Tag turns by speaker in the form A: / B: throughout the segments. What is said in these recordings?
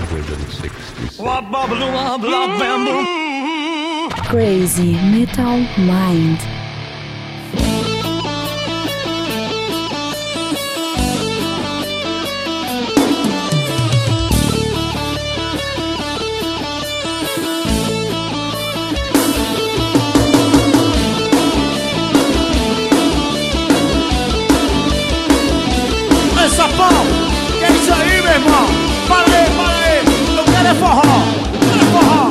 A: 666.
B: Crazy Metal Mind.
C: Ei, sapão! Que é isso aí, meu irmão? Para aí, para aí! Eu quero é forró! Quero é forró!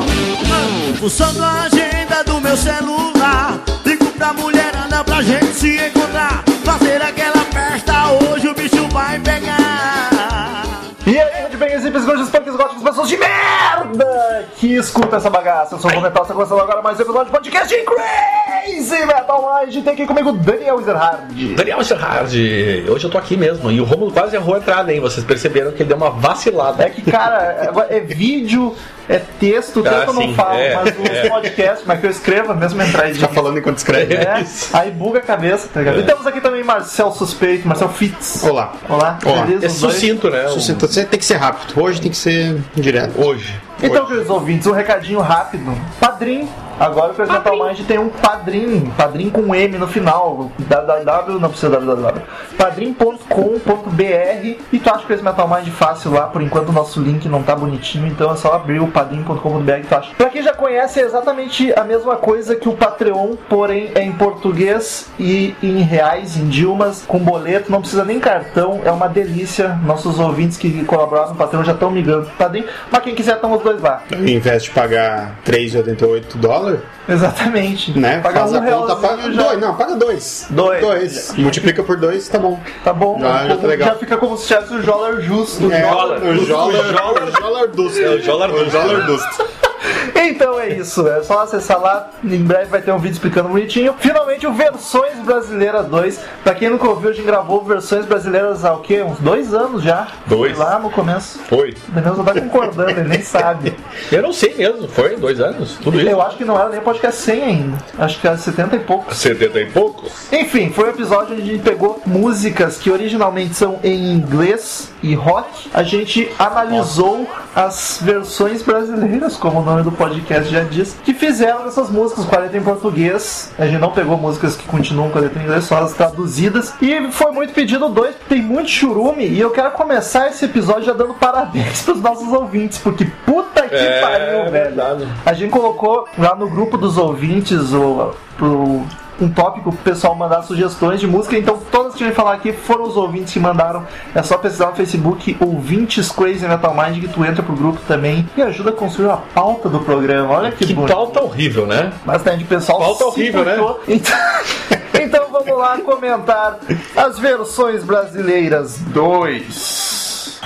C: Ah. Fuçando a agenda do meu celular Digo pra mulherada pra gente se encontrar Fazer aquela festa, hoje o bicho vai pegar
D: E aí, de bem simples, grandes punks, góticos, pessoas de merda que escuta essa bagaça. Eu sou o Comental, está começando agora mais um episódio de podcast em Crazy Metal Mind. Tem aqui comigo Daniel Ezerhard.
A: Daniel Serrard, hoje eu tô aqui mesmo. E o Romulo quase errou a entrada, hein? Vocês perceberam que ele deu uma vacilada.
D: É que, cara, agora é vídeo, é texto,
A: Ah,
D: tanto eu não
A: sim,
D: falo,
A: é,
D: mas os
A: é.
D: podcasts, mas que eu escrevo, mesmo entrar e
E: Tá falando enquanto escreve.
D: É,
A: isso.
D: aí buga a cabeça, tá ligado?
A: É.
D: E temos aqui também Marcel Suspeito, Marcel Fitz.
E: Olá.
D: Olá,
E: Olá.
D: beleza?
A: É
D: os dois?
A: sucinto, né? O-
E: Sucinto, você tem que ser rápido. Hoje tem que ser direto.
A: Hoje.
D: Então, queridos ouvintes, um recadinho rápido. Padrim. Agora o Crazy Metal Mind tem um padrim, padrim com M no final, www, não precisa www, padrim.com.br e tu acha o Crazy Metal Mind fácil lá, por enquanto o nosso link não tá bonitinho, então é só abrir o padrim.com.br que tu acha. Pra quem já conhece, é exatamente a mesma coisa que o Patreon, porém é em português e em reais, em Dilmas, com boleto, não precisa nem cartão, é uma delícia. Nossos ouvintes que colaboraram no Patreon já estão migrando pro Padrim, mas quem quiser, estão os dois lá.
E: Ao invés de pagar 3,88 dólares,
D: Exatamente.
E: né?
D: Pagar
E: faz
D: um
E: a conta,
D: realzinho
E: paga
D: já,
E: dois. Não, paga dois.
D: Dois.
E: Dois. Multiplica por dois, tá bom.
D: Tá bom.
E: Já- já tá legal.
D: Já fica como se tivesse o dólar justo.
E: É,
A: dólar.
E: O Joller. O Joller Dust.
A: É, o Joller
E: O
A: Dust.
E: Joller Dust.
D: Então é isso, é só acessar lá. Em breve vai ter um vídeo explicando bonitinho. Finalmente, o Versões Brasileiras 2. Pra quem nunca ouviu, a gente gravou Versões Brasileiras há o quê? Uns dois anos já.
A: Dois.
D: Lá no começo.
A: Foi.
D: O Daniel só tá concordando, ele nem sabe.
A: Eu não sei mesmo, foi dois anos? Tudo isso?
D: Eu acho que não era nem o podcast 100 ainda. Acho que era 70 e pouco.
A: 70 Ah, e poucos?
D: Enfim, foi um episódio onde a gente pegou músicas que originalmente são em inglês e rock. A gente analisou as versões brasileiras, como o nome do podcast já diz, que fizeram essas músicas, 40 em português. A gente não pegou músicas que continuam com a letra em inglês, só as traduzidas. E foi muito pedido dois, porque tem muito churume. E eu quero começar esse episódio já dando parabéns pros nossos ouvintes, porque puta que
A: É,
D: pariu, velho. A gente colocou lá no grupo dos ouvintes o, pro- um tópico pro pessoal mandar sugestões de música, então todas que a gente falar aqui foram os ouvintes que mandaram. É só pesquisar no Facebook Ouvintes Crazy Metal Mind que tu entra pro grupo também e ajuda a construir a pauta do programa. Olha que,
A: Que
D: bonito.
A: pauta horrível, né?
D: Bastante pessoal.
A: Pauta
D: se
A: horrível, né?
D: puxou. Então, então vamos lá comentar as versões brasileiras 2.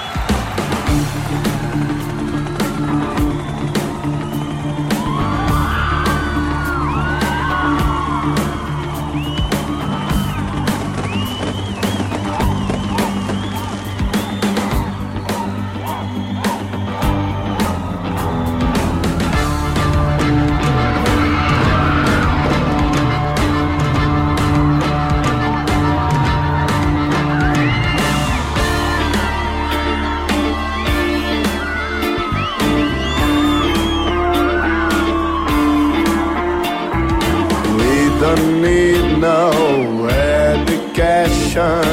F: We don't need no education.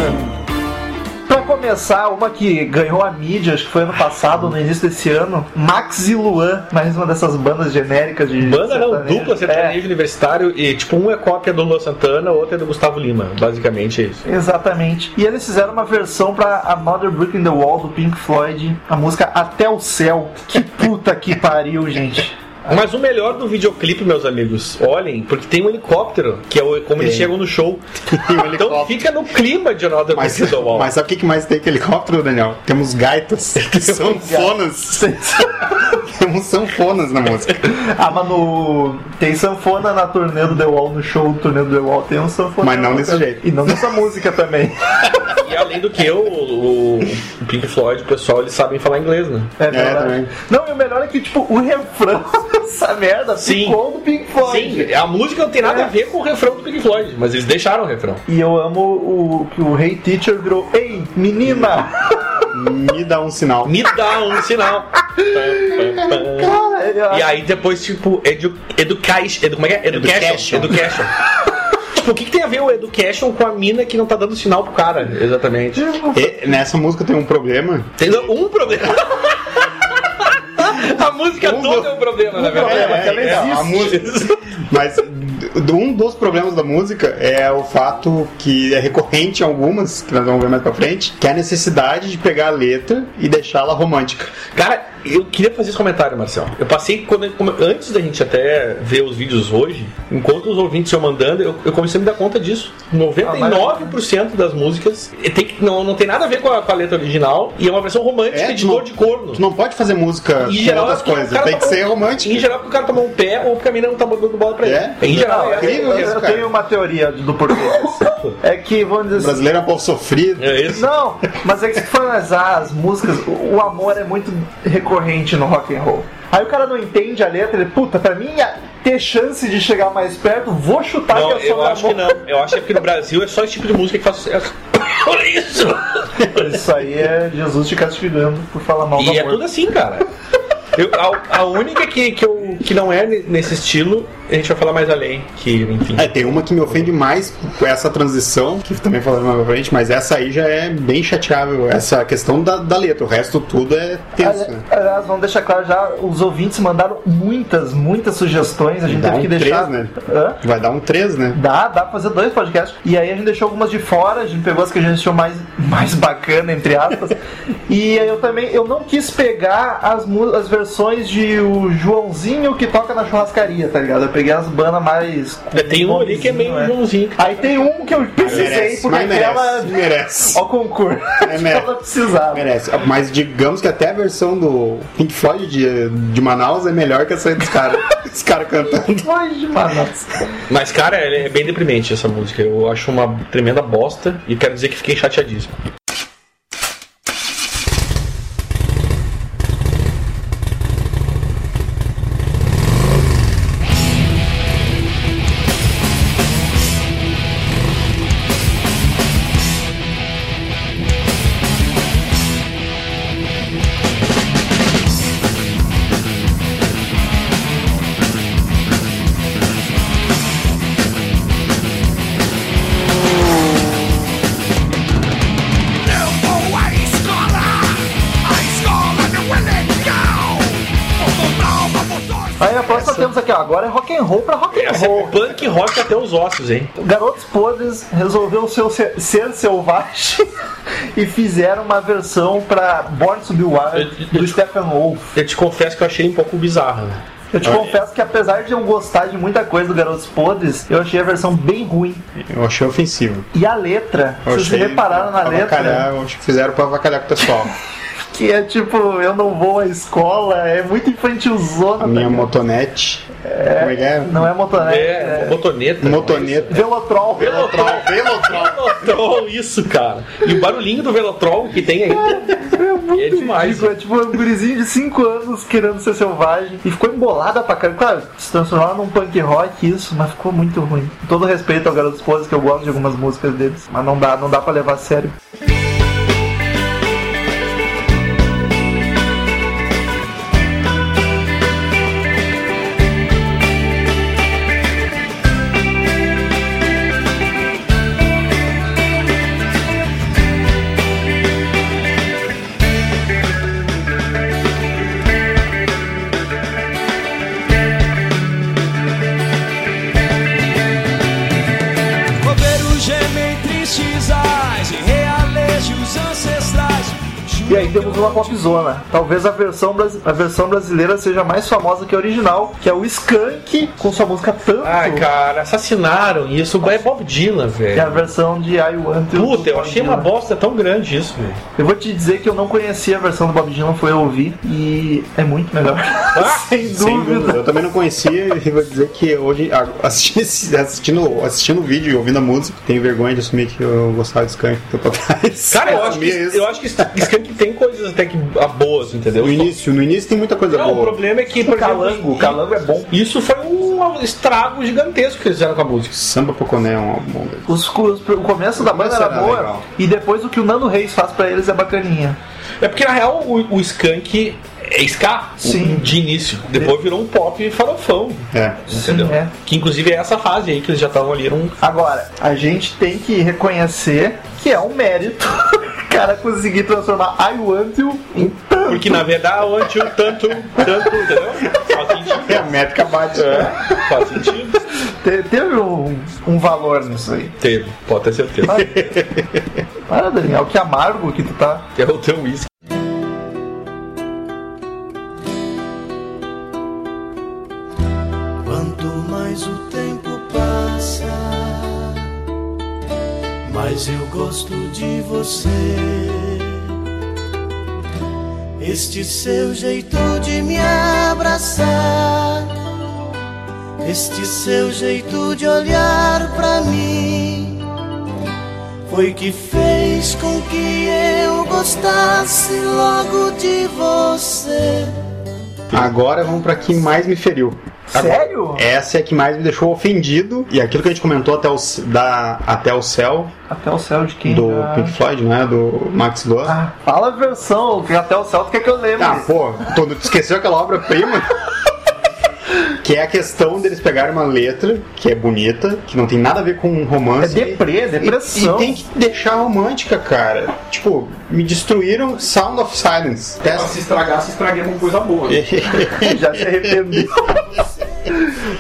D: Pra começar, uma que ganhou a mídia, acho que foi ano passado, no início desse ano, Max e Luan, mais uma dessas bandas genéricas de.
A: Banda não,
D: sertanejo. É,
A: dupla sertanejo universitário e tipo, um é cópia do Luan Santana, o outro é do Gustavo Lima. Basicamente é isso.
D: É, Exatamente. E eles fizeram uma versão pra Another Brick in the Wall do Pink Floyd, a música Até o Céu. Que puta que pariu, gente.
A: Mas o melhor do videoclipe, meus amigos, olhem, porque tem um helicóptero, que é o- como eles chegam no show. então
E: um helicóptero.
A: fica no clima de Ronaldo
E: Mas,
A: Brick in the Wall.
E: mas sabe o que que mais tem que helicóptero, Daniel? Temos gaitas, que são fonas. Temos sanfonas na música.
D: Ah, mas no. Tem sanfona na turnê do The Wall, no show do turnê do The Wall, tem um sanfona.
E: Mas não desse jeito.
D: E não nessa música também.
A: E além do que, o, o- o Pink Floyd, o pessoal, eles sabem falar inglês, né?
D: É verdade.
E: também.
D: não, e o melhor é que, tipo, o refrão dessa merda
A: Sim.
D: ficou do Pink Floyd.
A: Sim, a música não tem nada
D: É.
A: a ver com o refrão do Pink Floyd, mas eles deixaram o refrão.
D: E eu amo o que o Hey Teacher virou Ei, menina!
E: Me dá um sinal.
A: Me dá um sinal. Pam, pam, pam.
D: Cara, eu
A: E
D: acho-
A: aí depois, tipo, edu, educais, edu, como é que é? Education.
E: Education.
A: Education. tipo, o que, que tem a ver o education com a mina que não tá dando sinal pro cara? Exatamente.
E: E nessa música tem um problema.
A: Tem um problema. a música toda é um problema, na verdade. É,
D: problema. que ela existe.
E: é, a música. Mas d- um dos problemas da música é o fato que é recorrente em algumas, que nós vamos ver mais pra frente, que é a necessidade de pegar a letra e deixá-la romântica.
A: Cara, eu queria fazer esse comentário, Marcel. Eu passei, quando, como- antes da gente até ver os vídeos hoje, enquanto os ouvintes iam mandando, eu, eu comecei a me dar conta disso. 99% das músicas tem que- não, não tem nada a ver com a, com a letra original e é uma versão romântica
E: É,
A: de
E: tu não-
A: dor de corno.
E: Tu não pode fazer música
A: Em
E: com
A: geral,
E: outras
A: é porque o
E: coisas,
A: cara
E: tem
A: tá
E: que ser
A: bom.
E: romântica.
A: Em geral, porque o cara tomou um pé ou porque a mina não tá botando bola pra ele.
E: É?
A: Em geral, é,
E: incrível
D: eu,
E: isso,
D: eu
E: cara.
D: tenho uma teoria do porquê disso. É que, vamos
E: O
D: dizer assim,
E: brasileiro é um povo sofrido.
A: é isso.
D: Não, mas é que se for analisar as músicas, o, o amor é muito recorrente no rock and roll. Aí o cara não entende a letra, ele, puta, pra mim a- ter chance de chegar mais perto, vou chutar
A: Não,
D: que é
A: eu
D: sobre
A: acho que
D: amor.
A: não. Eu acho que aqui no Brasil é só esse tipo de música que faz sucesso. Olha isso!
D: Isso aí é Jesus te castigando por falar mal do
A: E é
D: amor.
A: tudo assim, cara. Eu- a, a única que, que, eu, que não é ne- nesse estilo, a gente vai falar mais além, que enfim.
E: É, tem uma que me ofende mais com essa transição, que também falando mais pra frente, mas essa aí já é bem chateável, essa questão da, da letra. O resto tudo é tenso. né?
D: Ali- Aliás, vamos deixar claro já, os ouvintes mandaram muitas, muitas sugestões, a gente
E: Dá
D: teve
E: um
D: que deixar.
E: três, né?
D: Hã?
E: Vai dar um 3, né?
D: Dá, dá pra fazer dois podcasts. E aí a gente deixou algumas de fora, a gente pegou as que a gente achou mais, mais bacana, entre aspas. e aí eu também, eu não quis pegar as, mu- as versões de o Joãozinho que toca na churrascaria, tá ligado? Eu peguei as bandas mais.
A: É, Tem um ali que é meio
D: né?
A: Joãozinho.
D: Aí tem um que eu precisei,
E: Merece,
D: porque é
E: mas merece.
D: aquela.
E: Merece.
D: Ó, concurso.
E: merece.
D: ela precisava.
E: Merece. Mas digamos que até a versão do Pink Floyd de, de Manaus é melhor que essa dos caras dos caras cantando.
D: Mas de Manaus.
A: Mas, cara, ela é bem deprimente essa música. Eu acho uma tremenda bosta e quero dizer que fiquei chateadíssimo.
G: Eu vou à escola, a escola não é legal. Vou comprar uma motor.
D: Aí a próxima temos aqui, ó. Agora é rock and roll pra rock and
A: Essa
D: roll.
A: é punk rock até os ossos, hein?
D: Garotos Podres resolveu seu ser, ser selvagem e fizeram uma versão pra Born to be Wild do Steppenwolf.
A: Eu te confesso que eu achei um pouco bizarra. né?
D: Eu te confesso que apesar de eu gostar de muita coisa do Garotos Podres, eu achei a versão bem ruim.
E: Eu achei ofensivo.
D: E a letra,
E: Eu
D: vocês
E: achei
D: repararam na
E: pra
D: letra,
E: avacalhar, eu acho que fizeram pra avacalhar com o pessoal.
D: que é tipo, eu não vou à escola, é muito infantilzona.
E: A minha
D: tá ligado?
E: motonete. como é que é?
D: Não é motonete,
A: É,
D: é,
A: botoneta.
E: Motoneta.
D: Velotrol.
E: Velotrol, Velotrol.
A: Velotrol, isso, cara. E o barulhinho do Velotrol que tem aí.
D: É muito
A: É demais,
D: ridículo, É tipo um gurizinho de 5 anos querendo ser selvagem. E ficou embolada pra caramba. Claro, se transformaram num punk rock isso, mas ficou muito ruim. Com todo respeito ao Garotos Poses, que eu gosto de algumas músicas deles. Mas não dá, não dá pra levar a sério.
G: Coveiros gemem tristes ais, em realejos ancestrais.
D: E aí temos uma popzona. Talvez a versão, brasi- a versão brasileira seja mais famosa que a original, que é o Skank, com sua música Tanto.
A: Ai, cara, assassinaram isso. É Bob Dylan,
D: E é a
A: velho.
D: versão de I Want You.
A: Puta, eu achei uma
D: bosta.
A: bosta tão grande isso, velho.
D: Eu vou te dizer que eu não conhecia a versão do Bob Dylan, foi ouvir e é muito melhor. sem
E: Ah, Sem dúvida.
D: dúvida.
E: Eu também não conhecia e vou dizer que hoje, a- assisti- assistindo, assistindo, o vídeo e ouvindo a música, tenho vergonha de assumir que eu gostava de Skank um tempo atrás.
A: Cara, eu acho, que,
E: Assumia isso.
A: eu acho que Skunk tem coisas até que ah, boas, entendeu?
E: No início, no início tem muita coisa
A: Não, o
E: boa.
A: problema é que, por
D: Calango,
A: exemplo,
D: Calango é bom.
A: isso foi um estrago gigantesco que eles fizeram com a música.
E: Samba Poconé é um álbum bom. velho.
D: Os, cu- os- o começo da banda
E: começo
D: era
E: era
D: boa
E: legal.
D: e depois o que o Nando Reis faz pra eles é bacaninha.
A: É porque, na real, o, o Skank é ska
D: Sim.
A: o- de início. Depois virou um pop farofão,
E: É.
A: entendeu?
D: é.
A: Que, inclusive, é essa fase aí que eles já estavam ali. Era um...
D: Agora, a gente tem que reconhecer que é um mérito o cara conseguir transformar I Want You em tanto.
A: Porque, na verdade, o Until tanto, tanto, entendeu? Faz
E: É
A: sentido. É.
E: a métrica bate.
A: né? Faz sentido.
D: Te- teve um, um valor nisso aí.
A: Teve, pode ter certeza.
D: Para, Daniel, que amargo que tu tá.
A: É o teu uísque.
C: Quanto mais o tempo passa, mais eu gosto de você. Este seu jeito de me abraçar, este seu jeito de olhar pra mim, foi que fez com que eu gostasse logo de você.
E: Agora vamos pra quem mais me feriu.
D: Sério?
E: Essa é a que mais me deixou ofendido. E aquilo que a gente comentou até o, c- da, até o céu,
D: Até o céu de quem?
E: do
D: já-
E: Pink Floyd, né? Do Max Gore. Ah,
D: Ah, fala a versão, que até o céu tu quer que eu lembre.
E: pô, tu não- tu esqueceu aquela obra-prima? que é a questão deles pegarem uma letra que é bonita, que não tem nada a ver com um
D: é
E: romance.
D: deprê,
E: E-
D: depressão.
E: E tem que deixar romântica, cara. Tipo, me destruíram Sound of Silence. Testa.
H: estragar, se estraguei com coisa boa. né?
D: Já se arrependeu.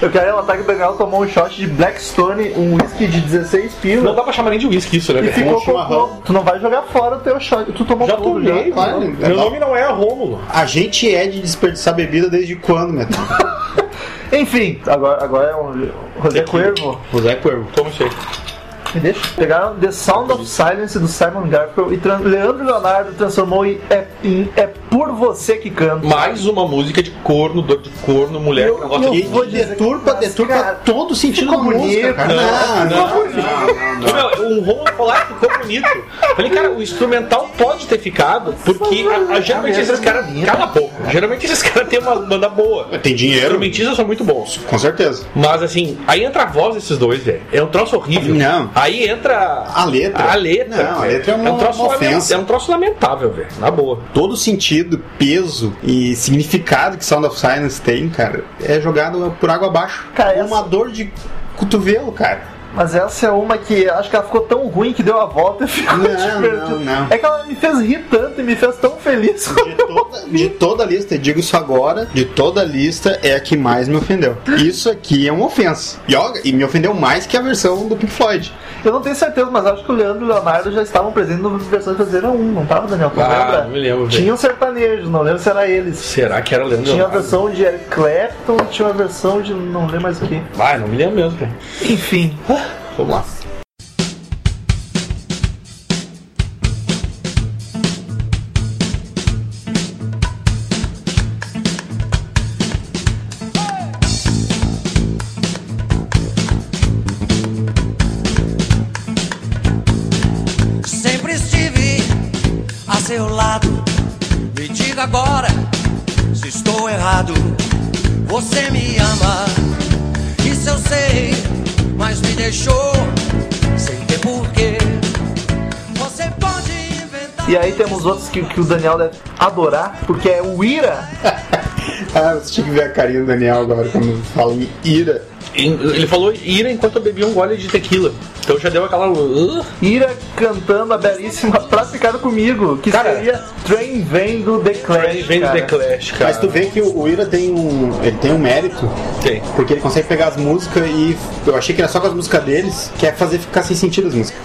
D: Eu quero relatar que o Daniel tomou um shot de Blackstone, um whisky de 16
A: Não
D: pila.
A: dá pra chamar nem de uísque isso, né?
D: E
A: cara?
E: um
D: ficou
E: chimarrão.
D: com Tu não vai jogar fora o teu shot. Tu tomou
A: Já
D: tudo, né?
A: tomei,
D: já.
E: claro.
A: mano. Meu nome não é Rômulo.
E: A gente é de desperdiçar bebida desde quando, né? Metal?
D: Enfim, agora, agora é o José Cuervo.
E: José Cuervo.
A: Toma isso aí.
D: Me deixa. Pegaram The Sound of Silence do Simon Garfield e tran- Leandro Leonardo transformou em é, em é Por Você Que Canta.
A: Mais uma música de corno, dor de corno, mulher Um que não gosta
D: eu
A: de.
D: vou
E: E
D: dizer
E: deturpa,
D: que-
E: deturpa
D: Cara,
E: todo o sentido da
D: ficou bonito,
E: música, cara.
D: não,
E: não,
A: Ô, meu, é o Romulo falou que ficou bonito. Falei, cara, o instrumental pode ter ficado, porque a- a- geralmente esses caras. Cala a boca. Geralmente esses caras têm uma banda boa.
E: Tem dinheiro?
A: Instrumentistas são muito bons.
E: Com certeza.
A: Mas assim, aí entra a voz desses dois, velho. É um troço horrível.
E: Não.
A: Aí entra.
E: A letra.
A: A letra.
E: Não, a
A: velho.
E: letra é uma-
A: um troço
E: uma
A: lamen-
E: ofensa.
A: É um troço lamentável, velho. Na boa.
E: Todo o sentido, peso e significado que Sound of Silence tem, cara, é jogado por água abaixo.
D: Cara,
E: é uma
D: essa-
E: dor de cotovelo, cara.
D: Mas essa é uma que acho que ela ficou tão ruim que deu a volta e ficou
E: Não,
D: divertida.
E: não, não.
D: É que ela me fez rir tanto e me fez tão feliz.
E: De toda, de toda a lista, digo isso agora, de toda a lista é a que mais me ofendeu. Isso aqui é uma ofensa. E, ó, e me ofendeu mais que a versão do Pink Floyd.
D: Eu não tenho certeza, mas acho que o Leandro e o Leonardo já estavam presentes no versão brasileira 1, não tava, Daniel? Tu
A: Ah,
D: lembra?
A: não me lembro, velho.
D: Tinha um sertanejo, não lembro se era eles.
A: Será que era Leandro?
D: Tinha a
A: Leonardo?
D: versão de Eric Clapton, tinha uma versão de não lembro mais o que.
A: Vai, Ah, não me lembro mesmo, velho.
D: Enfim,
E: Vamos lá.
I: Sempre estive a seu lado. Me diga agora se estou errado. Você me ama, isso eu sei, mas me deixou sem ter porquê. Você pode inventar.
D: e aí temos outros que, que o Daniel deve adorar, porque é o Ira.
E: Ah, você tinha que ver a carinha do Daniel agora quando fala em ira.
A: Ele falou ira enquanto eu bebia um gole de tequila. Então já deu aquela. "Ugh".
D: Ira cantando a belíssima Pra Ficar Comigo, que
A: Cara.
D: seria Train Vem do The Clash.
A: Ele vem do
D: cara.
A: The Clash, cara.
E: Mas tu vê que o o Ira tem um, ele tem um mérito,
A: Tem.
E: porque ele consegue pegar as músicas e eu achei que era só com as músicas deles, que é fazer ficar sem sentido as músicas,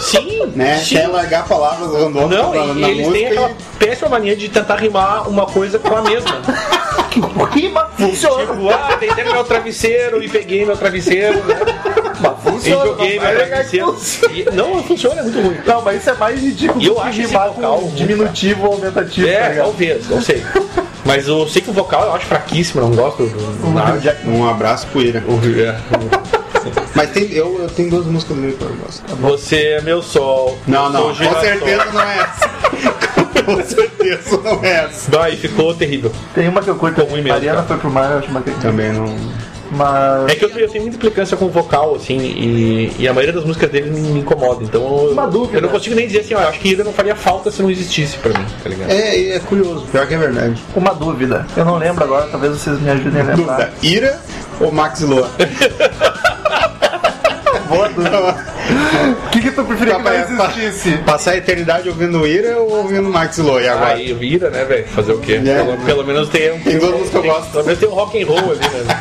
A: Sim,
E: né?
A: sim.
E: Até largar palavras randômicas
A: Não,
E: na,
A: e
E: na
A: eles têm
E: música.
A: aquela
E: e-
A: péssima mania de tentar rimar uma coisa com a mesma.
D: Que rima funciona.
A: tipo, ah, deitei no meu travesseiro e peguei meu travesseiro. né? E
D: funciona,
A: joguei
D: mas
A: meu
D: é que
A: travesseiro.
D: funciona.
A: E- não, funciona, é muito ruim.
D: Não, mas isso é mais ridículo
A: E eu
D: do
A: acho
D: que
A: esse
D: rimar
A: vocal
D: com
A: ruim,
D: diminutivo ou aumentativo. tá
A: É,
D: ligado?
A: talvez, não sei. Mas eu sei que o vocal eu acho fraquíssimo, não gosto do- do
D: Não,
A: nada.
D: Jack-
E: Um abraço pro Ira.
A: É.
E: Mas tem, eu, eu tenho duas músicas do Ira que eu gosto.
A: Você é meu sol.
E: Não, não,
A: eu sou
E: com
A: girassol.
E: certeza não é essa. Com certeza não é essa.
A: Vai, ficou terrível.
D: Tem uma que eu curto.
A: Ficou ruim É mesmo,
D: Mariana
A: cara.
D: foi pro mar, eu acho uma que
E: Também não.
D: Mas.
A: É que eu, eu tenho muita implicância com o vocal, assim, e, e a maioria das músicas deles me, me incomoda. Então eu,
D: Uma dúvida.
A: eu não consigo nem dizer assim, ó, eu acho que ainda não faria falta se não existisse pra mim, tá ligado?
E: É, é curioso. Pior que é verdade.
D: Uma dúvida. Eu não lembro agora, talvez vocês me ajudem a lembrar.
E: Dúvida: Ira ou Max Loa?
D: Boa dúvida. O que, que tu preferia
A: Tá,
D: que não
E: Rapaz,
A: é,
D: existisse?
E: Passar a eternidade ouvindo Ira ou ouvindo Max Loa? E agora?
A: Aí vira, né, velho? Fazer o quê?
E: É.
A: pelo, pelo menos tem um.
E: Tem duas músicas que eu gosto.
A: Pelo menos tem um rock and roll ali, né?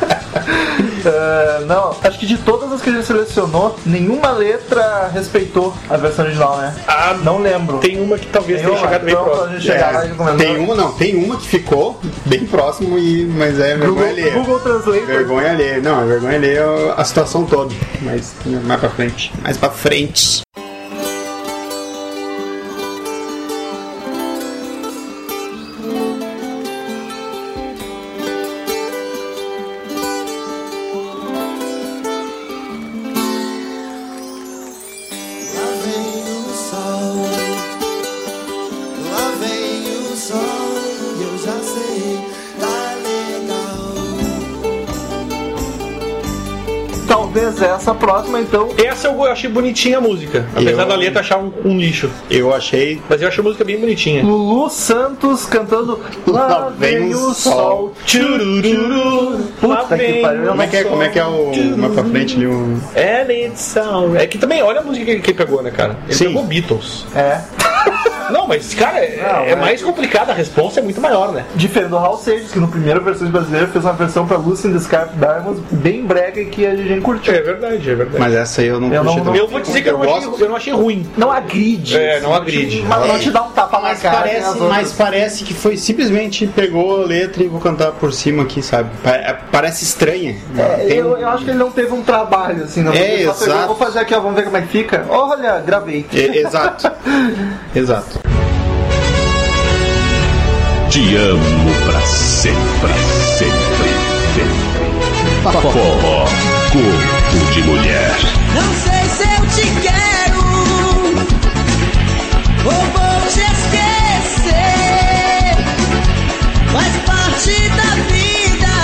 D: Ah, não, acho que de todas as que a gente selecionou, nenhuma letra respeitou a versão original, né?
A: Ah,
D: não lembro.
A: Tem uma que talvez
D: Tem
A: tenha
D: uma,
A: chegado bem
D: então,
A: próximo.
D: a gente
E: É,
D: chegar lá e comentar.
E: tem uma não, tem uma que ficou bem próximo, e, mas é vergonha
D: Google,
E: alheia.
D: Google Translator.
E: Vergonha alheia, não, é vergonha alheia a situação toda. Mas né, mais pra frente. Mais pra frente.
I: Lá vem o sol, lá vem o sol, e eu já sei, tá legal.
D: Talvez essa próxima, então.
A: Essa eu achei bonitinha a música. Apesar
E: Eu-
A: da letra achar um, um lixo.
E: Eu achei.
A: Mas eu achei a música bem bonitinha.
D: Lulu Santos cantando Lá vem o sol.
A: Tchurururu,
D: Puta
A: lá
D: que
A: vem
D: pariu,
A: o
E: Como é que é, como é, que é o mais pra frente ali? O...
A: And it's all right. É que também, olha a música que ele que ele pegou, né, cara? Ele
E: Sim.
A: pegou Beatles.
D: É.
A: Não, mas, cara, é,
D: Não,
A: é
D: é.
A: mais complicada, a resposta é muito maior, né?
D: Diferente do Hal Seixas, que no primeiro versão brasileira fez uma versão pra Lucy in the Sky of Diamonds bem brega e que a gente curtiu.
A: verdade, é verdade.
E: Mas essa aí eu não
D: Eu não-
E: curti
D: não-
E: também.
A: eu vou dizer que eu, não
E: gosto.
A: achei, eu não achei ruim.
D: Não agride.
A: É, não
D: assim,
A: agride.
D: Mas não te dá um tapa na
E: Mas
D: cara.
E: parece,
D: né, as
E: mas
D: outras.
E: parece que foi simplesmente pegou a letra e vou cantar por cima aqui, sabe? Pa- é, Parece estranha. né?
D: É,
E: Tem-
D: eu, eu acho que ele não teve um trabalho assim, não.
E: É,
D: Ele só pegou,
E: exato.
D: Vou fazer aqui, ó, vamos ver como é que fica. Olha, gravei.
E: É, exato. exato.
D: um
J: Te amo pra sempre, sempre, sempre. Forró, corpo de mulher.
I: Não sei se eu te quero, ou vou te esquecer, faz parte da vida,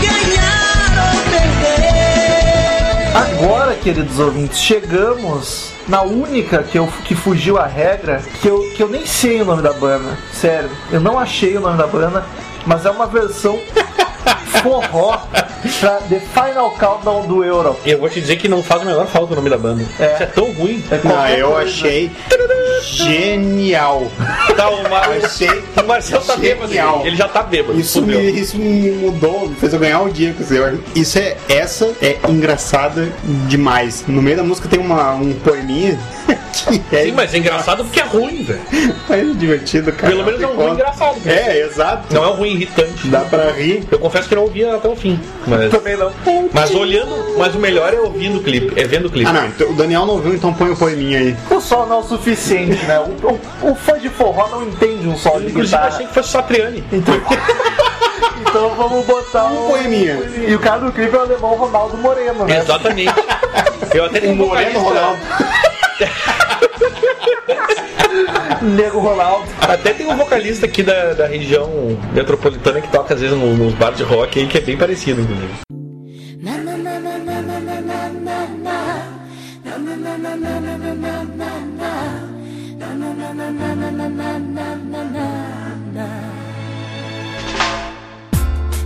I: ganhar ou perder.
D: Agora, queridos ouvintes, chegamos na única que, eu, que fugiu a regra, que eu, que eu nem sei o nome da banda. Sério, eu não achei o nome da banda, mas é uma versão forró pra The Final Countdown do Euro.
A: E eu vou te dizer que não faz a menor falta o nome da banda.
D: É.
A: Isso é tão ruim.
E: Não, eu achei genial.
A: Tá, o, Mar...
E: Achei
A: o Marcel tá bêbado.
E: genial.
A: Ele já tá bêbado.
E: Isso me,
A: fudeu.
E: isso me mudou, me fez eu ganhar o dia com isso. Eu- Isso é essa é engraçada demais. No meio da música tem uma um poeminha que é,
A: Sim, mas é engraçado porque é ruim, velho.
E: mais divertido, cara.
A: Pelo menos é um ruim engraçado. cara.
E: É, exato.
A: Não é um ruim irritante.
E: Dá pra rir.
A: Eu confesso que não ouvia até o fim. Mas,
D: Também não.
A: mas olhando, mas o melhor é ouvindo o clipe, é vendo o clipe.
E: Ah, não, então o Daniel não viu, então põe o poeminha aí.
D: O sol não é o suficiente, né? O, o, o fã de forró não entende um sol de
A: Inclusive eu achei
D: guitarra.
A: que fosse Satriani.
D: Então, então vamos botar
E: Um
D: um.
E: poeminha.
D: E o cara do clipe é o alemão Ronaldo Moreno, né?
A: Exatamente. Eu até tenho
E: O
A: um
E: Moreno Ronaldo.
D: Nego Ronaldo.
A: Até tem um vocalista aqui da, da região metropolitana que toca às vezes no- nos bares de rock aí, que é bem parecido, inclusive.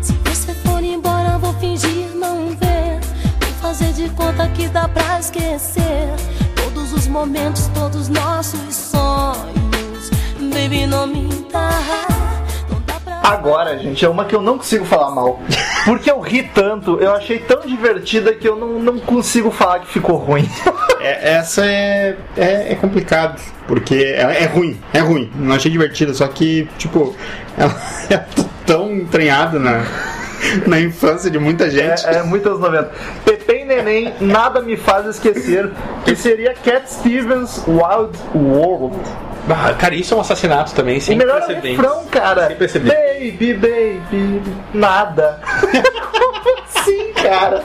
B: Se você for embora, vou fingir não ver. Vou fazer de conta que dá pra esquecer. Todos os momentos, todos nossos sonhos. Baby, não minta. Não dá pra.
D: Agora, gente, é uma que eu não consigo falar mal. Porque eu ri tanto, eu achei tão divertida que eu não, não consigo falar que ficou ruim.
E: É, essa é, é, é complicado, porque é, é ruim, é ruim. Não achei divertida, só que, tipo, ela é tão entranhada na, na infância de muita gente.
D: É, é muito anos 90. Pepe e Neném, Nada Me Faz Esquecer, que seria Cat Stevens Wild World.
A: Ah, cara, isso é um assassinato também,
D: E
A: sem
D: melhor é o
A: precedentes.
D: refrão, cara.
A: Sem precedentes.
D: Baby, baby, nada. Como assim,
E: cara.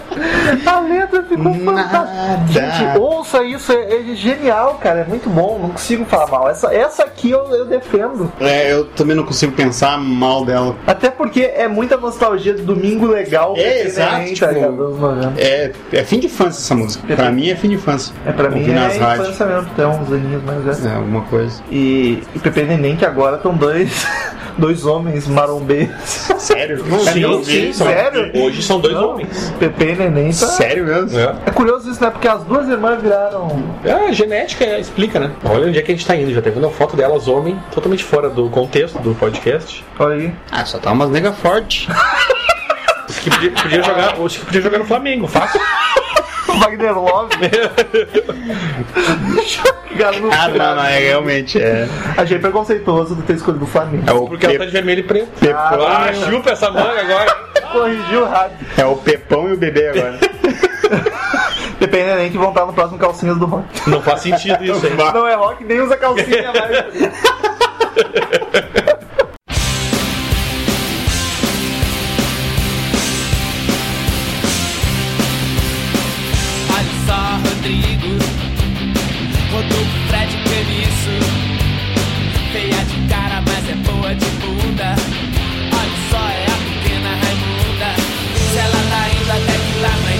D: A letra ficou
E: Nada.
D: fantástica. Gente, ouça isso, é, é genial, cara. É muito bom, não consigo falar mal. Essa, essa aqui eu, eu defendo.
E: É, eu também não consigo pensar mal dela.
D: Até porque é muita nostalgia do domingo legal.
E: É,
D: que tem,
E: exato,
D: né,
E: tipo,
D: cara, dos 90.
E: É, é fim de infância essa música. Pra mim é fim de infância.
D: É, pra mim
E: Ouvir
D: é
E: nas rádios.
D: infância mesmo, tem uns aninhos mais velhos.
E: É, alguma coisa.
D: E, e Pepe e Neném, que agora estão dois, dois homens marombeiros.
E: Sério?
A: Não,
E: Sério?
A: sim, sim, são-
D: sério?
A: Hoje são dois homens.
D: Pepe e Neném tá...
E: Sério mesmo?
A: É.
D: É curioso isso, né? Porque as duas irmãs viraram
A: É, a genética é, explica, né? Olha onde é que a gente tá indo, já tá vendo a foto delas, homem, totalmente fora do contexto do podcast.
D: Olha aí.
E: Ah, só tá umas nega forte.
A: Os que podia, podia jogar, os que podia jogar no Flamengo, fácil.
D: O Wagner Love. Jogado no
E: Ah, não, não, é realmente. É,
D: Achei preconceituoso de ter escolhido o Flamengo.
E: é o
A: Porque ela tá
E: pe...
A: de vermelho e preto.
E: pepão,
A: Ah, chupa essa manga agora.
D: Corrigiu rápido.
E: é o Pepão e o bebê agora.
D: Dependendo nem que vão estar no próximo calcinhas do rock.
A: Não faz sentido isso, hein?
D: Não é rock, nem usa calcinha mais.
K: Alisson Rodrigo Rodolfo, Fred, Caniço Feia de cara, mas é boa de bunda Olha só, é a pequena Raimunda Se ela tá indo até que lá vai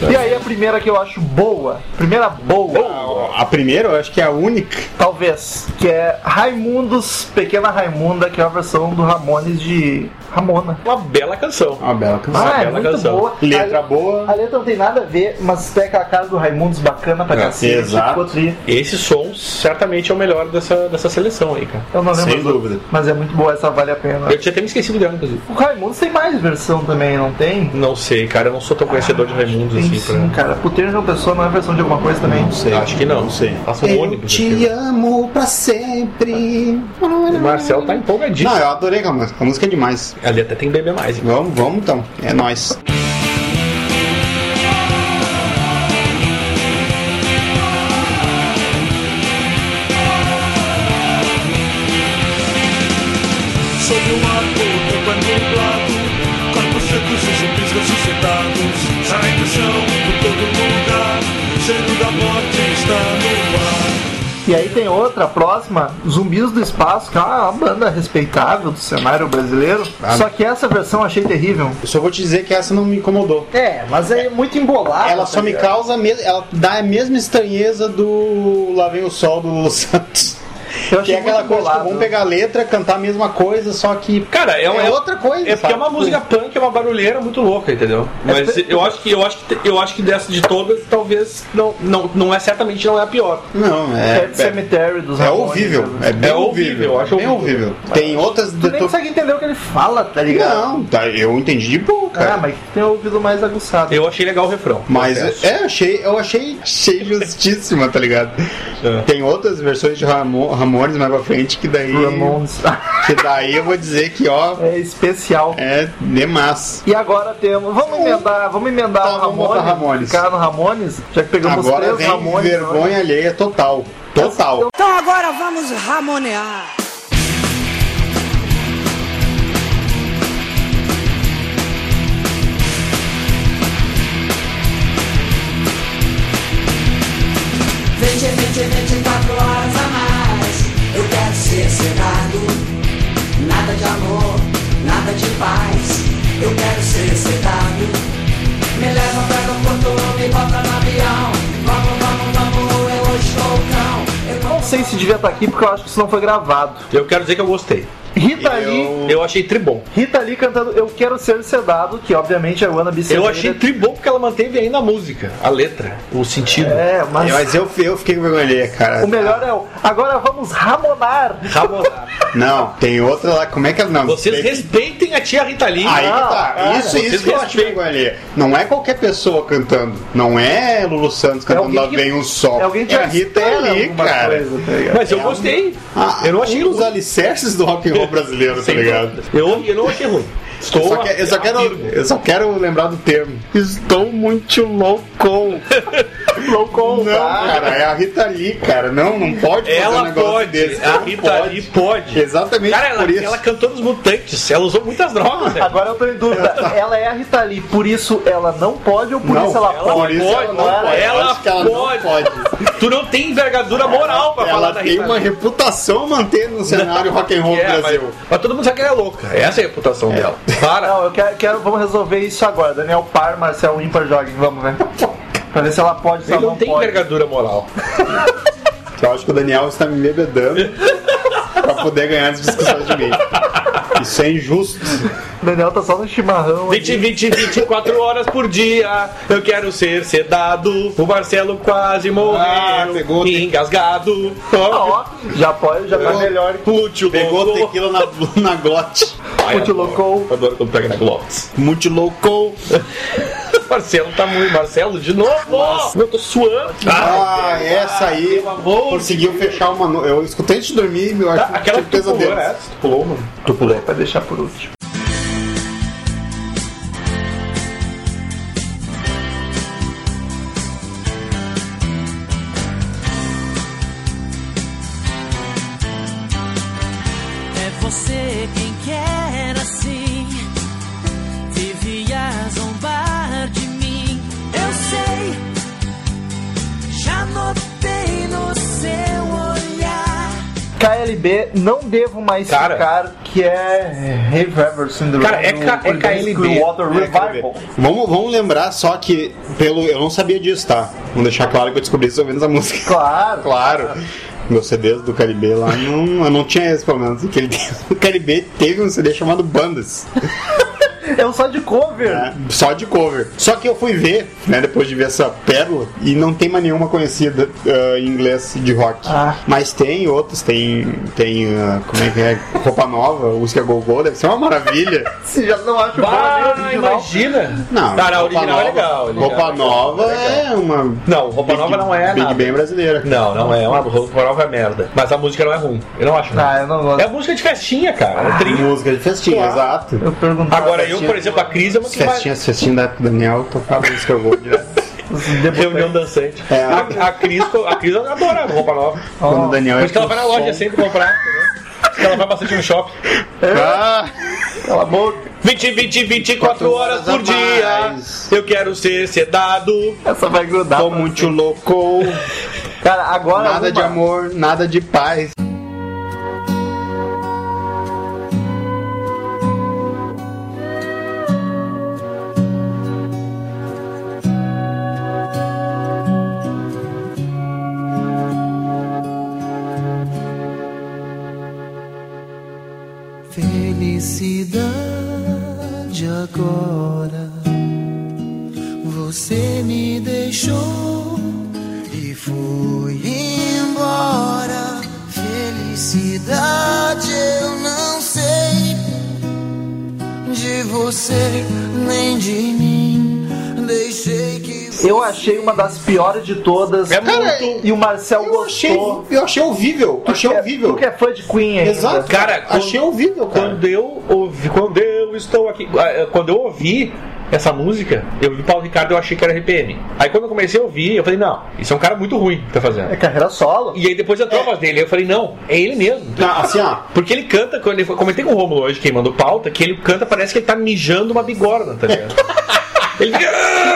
K: enganar
D: E aí a primeira que eu acho boa. Primeira boa,
E: Ah, A primeira, eu acho que é a única.
D: talvez. Que é Raimundos, Pequena Raimunda, que é uma versão do Ramones de Ramona.
A: Uma bela canção.
E: Uma bela canção.
D: Ah, é
A: bela
D: muito
A: canção.
D: boa.
E: Letra
D: A-
E: boa.
D: A letra não tem nada a ver, mas tem aquela cara do Raimundos bacana pra
E: É,
D: cacete.
E: exato.
D: ficou tri.
A: Esse som certamente é o melhor dessa, dessa seleção aí, cara.
D: Eu não lembro.
E: Sem
D: as outras,
E: dúvida.
D: Mas é muito boa, essa vale a pena.
A: Eu tinha até me esquecido dela, inclusive.
D: O Raimundos tem mais versão também, não tem?
A: Não sei, cara, eu não sou tão conhecedor de Raimundos
D: Tem
A: assim.
D: sim,
A: Pra...
D: cara. Puteiro de uma pessoa não é versão de alguma coisa também.
E: sei.
A: Acho que não.
E: Não sei.
A: Passa um ônibus. aqui.
E: amo pra sempre.
A: O Marcel tá empolgadíssimo.
E: Não, eu adorei aquela música. A música é demais.
A: Ali até tem que beber mais. hein?
E: Vamos, vamos então. É nóis.
G: Sob o arco do pano nublado Corpos secos e zumbis ressuscitados Saem do chão por todo lugar Cheiro da morte está no ar
D: E aí tem outra, a próxima, Zumbis do Espaço, que é uma banda respeitável do cenário brasileiro.
E: Ah.
D: Só que essa versão eu achei terrível.
E: Eu só vou te dizer que essa não me incomodou.
D: É, mas é muito tá embolada.
E: Ela só me causa, a mes- ela dá a mesma estranheza do Lá Vem o Sol do Lulu Santos.
D: Eu achei
E: Que é aquela
D: muito
E: coisa, tipo,
D: embolado.
E: vamos pegar a letra, cantar a mesma coisa, só que.
A: Cara, é, uma-
E: É outra coisa,
A: É porque
E: sabe? É
A: é uma música punk, é uma barulheira muito louca, entendeu? Mas eu acho que eu acho que eu acho que dessa de todas, talvez não não não é certamente não é a pior.
E: Não, é.
D: Pet Cemetery dos
E: É, é
D: Ramones,
E: ouvível.
D: né?
E: É bem
A: É ouvível,
E: ouvível.
A: eu
E: É
A: acho
E: bem
A: ouvível.
E: ouvível. Tem outras.
D: Tu nem consegue entender o que ele fala, tá ligado?
E: Não, tá, eu entendi de boa, cara.
D: Ah, mas tem ouvido mais aguçado.
A: Eu achei legal o refrão.
E: Mas
A: confesso.
E: é, achei, eu achei, achei justíssima, tá ligado?
A: É.
E: Tem outras versões de Ramo- Ramones mais pra frente que daí.
D: Ramones.
E: Que daí eu vou dizer que, ó,
D: é especial.
E: é demais.
D: E agora temos. Vamos emendar, vamos emendar
E: Tá,
D: o
E: vamos botar
D: Ramones,
E: Uh! Ramones.
D: Ficar no Ramones, já que pegamos
E: Agora
D: três
E: vem
D: Ramones.
E: vergonha alheia total. Total.
K: Então agora vamos ramonear
I: Vende, vende, 24 horas a mais. Eu quero ser sedado. Nada de amor, nada de paz. Eu quero ser sedado. Me leva para o porto, me bota no avião. Vamos, vamos, vamos, eu hoje estou cão. Eu
D: Não sei se devia estar aqui porque eu acho que isso não foi gravado.
A: Eu quero dizer que eu gostei.
D: Rita
E: Eu-
D: Lee.
A: Eu achei tribom.
D: Rita Lee cantando Eu Quero Ser Sedado, que obviamente é o Wanna Be
A: Eu
D: Sedated.
A: achei tribom porque ela manteve ainda a música, a letra, o sentido.
D: É, mas
E: Mas eu, eu fiquei com vergonha alheia, cara.
D: o melhor é o. Agora vamos ramonar.
A: Ramonar.
E: Não, tem outra lá. Como é que é o nome?
A: Vocês
E: Tem-
A: respeitem a tia Rita Lee. Ah,
E: Aí que
D: Não,
E: tá.
D: cara,
E: isso
A: vocês
E: isso que eu achei
A: respeitam.
E: vergonha alheia. Não é qualquer pessoa cantando. Não é Lulu Santos cantando
D: alguém
E: Lá
D: que-
E: Vem o Sol.
D: É alguém que
E: é a
D: já
E: Rita
D: espera
E: Lee,
D: alguma
E: cara.
D: coisa, tá ligado?
A: Mas eu gostei.
E: Ah,
A: eu não achei
E: um dos
A: ruim.
E: alicerces do rock and roll brasileiro, tá
A: Sem
E: ligado?
A: dúvida. Eu, eu não achei ruim. Estou
E: Eu só,
A: a-
E: que- eu só quero, eu só quero lembrar do termo. Estou muito louco.
D: Não conta.
E: Não, cara, é a Rita Lee, cara. Não, não pode fazer
A: Ela
E: um negócio
A: pode.
E: desse.
A: A
E: Não
A: Rita Lee pode.
E: Exatamente
A: Cara, ela,
E: por isso.
A: ela cantou nos mutantes. Ela usou muitas drogas. velho.
D: Agora eu tô em dúvida. Ela é a Rita Lee, por isso ela não pode ou por
E: Não,
D: isso ela,
E: ela
D: pode?
E: pode, ela não
D: Agora-
E: pode. Eu
A: Ela
E: acho que ela
A: pode.
E: não pode.
A: Tu não tem envergadura moral pra falar
E: Ela
A: da
E: tem
A: Rita
E: uma
A: Lee.
E: reputação a manter no cenário rock and
A: É,
E: roll do
A: mas,
E: Brasil.
A: mas todo mundo sabe que ela é louca. Essa é a reputação dela. Para.
D: Não, eu quero, quero- Vamos resolver isso agora. Daniel Par, Marcel um Ímpar, joguem. Vamos ver. Pra ver se ela pode, se
A: Ele
D: ela
A: não
D: não
A: tem
D: pode.
A: envergadura moral.
E: Eu acho que o Daniel está me bebedando pra poder ganhar as discussões de mim. Isso é injusto.
D: Daniel tá só no chimarrão.
A: 20, 20, 24 horas por dia, eu quero ser sedado. O Marcelo quase morreu.
E: Ah, pegou, tem- Ah,
A: engasgado.
D: Ó, já pode, já tá
E: Eu-
D: melhor.
A: Pútil,
E: Pegou
A: louco.
E: tequila na, na glote.
A: Ai, adoro.
D: Pútil, loucou.
A: Adoro quando pega na Globes.
E: Multiloucou.
A: Marcelo tá muito. Marcelo, de novo! Eu tô suando.
E: Ah, essa aí
A: pelo Tá. amor
E: conseguiu fechar uma noite. Eu escutei antes de dormir, eu acho
A: Ah, Aquela
E: que
A: que tu
E: tive
A: pulou,
E: pesadelo.
A: né? Tu pulou, mano.
D: Tu pulou. Vai deixar por último.
K: É você quem quer assim. Devia zombar de mim. Eu sei, já notei no seu olhar.
D: KLB, não devo mais
A: Cara.
D: ficar, que é Reviver Syndrome.
A: Cara, é
D: do
A: K- é
D: Creedence
A: KLB.
D: Clearwater
E: É, quero ver.
D: Revival.
E: Vamos, vamos lembrar só que pelo eu não sabia disso, tá? Vamos deixar claro que eu descobri isso ouvindo essa música.
D: Claro.
E: Claro. Meus CDs do Caribe lá, não, eu não tinha esse pelo menos. Aquele, o Caribe teve um CD chamado Bandas,
D: É um só de cover.
E: né? só de cover. Só que eu fui ver, né, depois de ver essa pérola, e não tem mais nenhuma conhecida ah, em inglês de rock.
D: Ah.
E: Mas tem outros, tem, tem ah, como é que é? Roupa Nova, Usca Gogô, deve ser uma maravilha.
D: Você já não acha o
A: Ah,
D: problema original.
A: imagina!
E: Não,
A: Cara, a
E: Roupa
A: original é
E: Nova-
A: legal. é legal.
E: Roupa Nova é uma
A: Não, roupa nova não é
E: Big
A: nada.
E: Bang brasileira.
A: Não, não é. Uma roupa nova é merda. Mas a música não é ruim. Eu não acho.
D: Ah,
A: ruim.
D: eu não gosto.
A: É música de festinha, cara. É
E: Tem
A: trilha.
E: música de festinha, exato.
D: Eu pergunto
A: Agora eu, por exemplo, a Cris é uma
E: As
A: que vai...
E: festinhas, festinha da época do Daniel, tocava isso que eu vou direto.
D: assim,
A: Reunião dançante.
E: É.
A: A, a Cris, a Cris adora roupa nova.
E: Quando o Daniel
A: Por isso que ela vai na loja
E: som.
A: sempre comprar. entendeu? Por isso que ela vai bastante no shopping.
E: Ah,
A: É.
D: Cala a boca.
A: 20, 20, 24
E: Quatro
A: horas
E: horas a
A: por dia.
E: mais.
A: Eu quero ser sedado.
D: Essa vai grudar.
E: tô
D: pra
E: muito louco,
D: sempre. Cara, agora.
E: nada
D: uma.
E: de amor, nada de paz.
K: Felicidade agora. Você me deixou e foi embora. Felicidade eu não sei de você nem de mim. Deixei que
D: Eu achei uma das piores de todas.
A: É muito.
D: E o Marcel
E: Eu achei,
D: gostou.
E: eu achei ouvível, achei
D: É,
E: ouvível.
D: Tu que é fã de Queen ainda.
E: Exato,
A: Cara,
E: achei ouvível, cara.
A: Quando eu ouvi, quando eu estou aqui, ah, quando eu ouvi essa música, eu vi Paulo Ricardo, eu achei que era RPM. Aí quando eu comecei a ouvir, eu falei, não, isso é um cara muito ruim que tá fazendo.
D: É carreira solo.
A: E aí depois entrou a voz dele, eu falei, não, é ele mesmo.
E: Tá, assim, ó.
A: Porque ele canta, quando ele, comentei com o Romulo hoje, quem mandou pauta, que ele canta, parece que ele tá mijando uma bigorna, tá ligado? ele fica...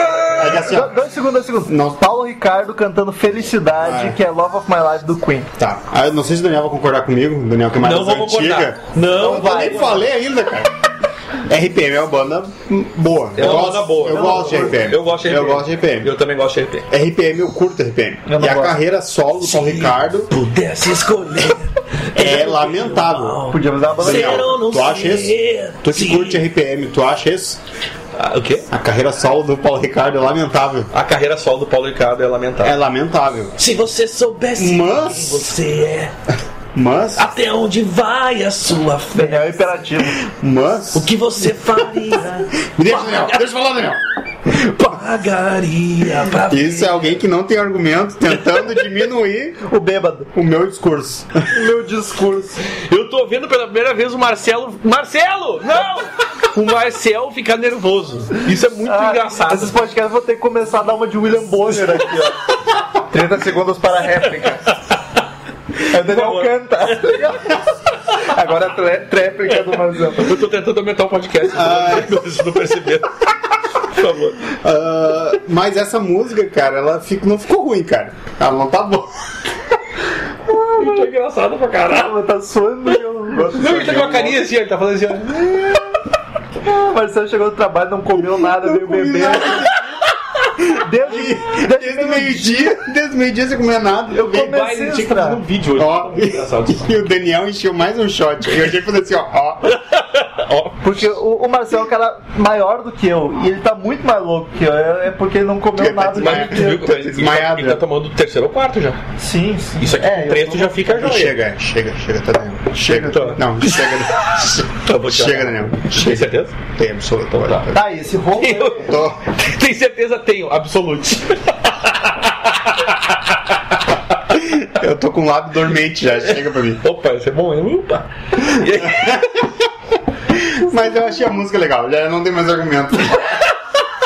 E: É que assim,
D: Do-
E: ó.
D: Dois segundos, dois segundos.
E: Não.
D: Paulo Ricardo cantando Felicidade,
E: Ah.
D: que é Love of My Life do Queen.
E: Tá. Ah, eu não sei se o Daniel vai concordar comigo, o Daniel que é mais
A: Não
E: das
A: vou
E: antiga.
A: concordar. Não
E: eu
A: vai.
E: nem falei ainda, cara. RPM é uma banda boa.
A: É
E: eu
A: uma
E: gosto,
A: banda boa.
E: Eu, gosto de RPM.
A: Eu gosto de
E: Eu gosto de RPM.
A: Eu também gosto de RPM.
E: RPM, eu curto RPM.
D: Eu não
E: e a
D: gosto.
E: carreira solo do Paulo Ricardo
A: Pudesse escolher.
E: é lamentável.
D: Podia fazer uma banda
E: Daniel,
A: Ser ou não
E: tu acha
A: ser,
E: isso? Tu que
A: sim.
E: curte RPM, tu acha isso?
A: Ah, o quê?
E: A carreira solo do Paulo Ricardo é lamentável.
A: A carreira solo do Paulo Ricardo é lamentável.
E: É lamentável.
A: Se você soubesse quem
E: Mas-
A: você é,
E: Mas,
A: até onde vai a sua fé,
D: Daniel é imperativo.
E: mas.
A: o que você faria,
E: Me deixa, Daniel, Ah, deixa eu falar, Daniel.
A: pagaria pra
E: Isso é alguém que não tem argumento tentando diminuir
D: o bêbado.
E: o meu discurso.
D: O meu discurso.
A: Eu tô vendo pela primeira vez o Marcelo. Marcelo! Não! o Marcel ficar nervoso. Isso é muito
D: Ah,
A: engraçado.
D: Esses podcasts vão ter que começar a dar uma de William Bonner aqui, ó. 30 segundos para a réplica. Aí o Daniel canta. Agora a tré- tréplica do Marzão.
A: Eu tô tentando aumentar o podcast, então vocês não perceberam. Por favor.
E: Ah, mas essa música, cara, ela fica- não ficou ruim, cara. Ela não tá boa.
A: Muito engraçado pra caralho.
D: Ela tá suando e eu gosto
A: Não, ele tá com a carinha assim, ó, ele tá falando assim, ó.
D: O Marcelo chegou do trabalho, não comeu nada, veio beber. Desde, desde,
E: Desde o meio-dia, desde o meio-dia você comia nada. Eu
D: comecei
A: Vai, ele tinha que fazer um vídeo hoje.
E: Ó,
A: Muito engraçado.
E: e, o Daniel encheu mais um shot. E eu achei que fazer assim, ó, ó.
D: Porque o, o Marcelo é um cara maior do que eu. E ele tá muito mais louco que eu. É é porque ele não comeu
E: Ele tá
D: nada. o dia
A: Mas
E: desmaiado.
A: tu viu
D: inteiro.
A: que ele tá-
E: Desmaiado,
A: ele tá
E: né?
A: tomando o terceiro ou quarto já.
D: Sim, sim.
A: Isso aqui
D: É,
A: com
D: eu
A: preto
D: tô-
A: já fica joia.
E: Chega, chega, chega, tá Daniel. Chega.
A: Tá.
E: Não, chega.
A: Tá, vou tirar.
E: chega, Daniel.
A: Tem
E: Chega.
A: certeza?
E: Tem absoluto. Tá.
D: Tá, esse roubo.
A: Eu-
E: Tô.
A: Tem certeza? Tenho, absolute.
E: Eu tô com o lábio dormente já, chega pra mim.
A: Opa, isso é bom, hein? Opa. E aí,
E: Mas eu achei a música legal, já não tem mais argumento.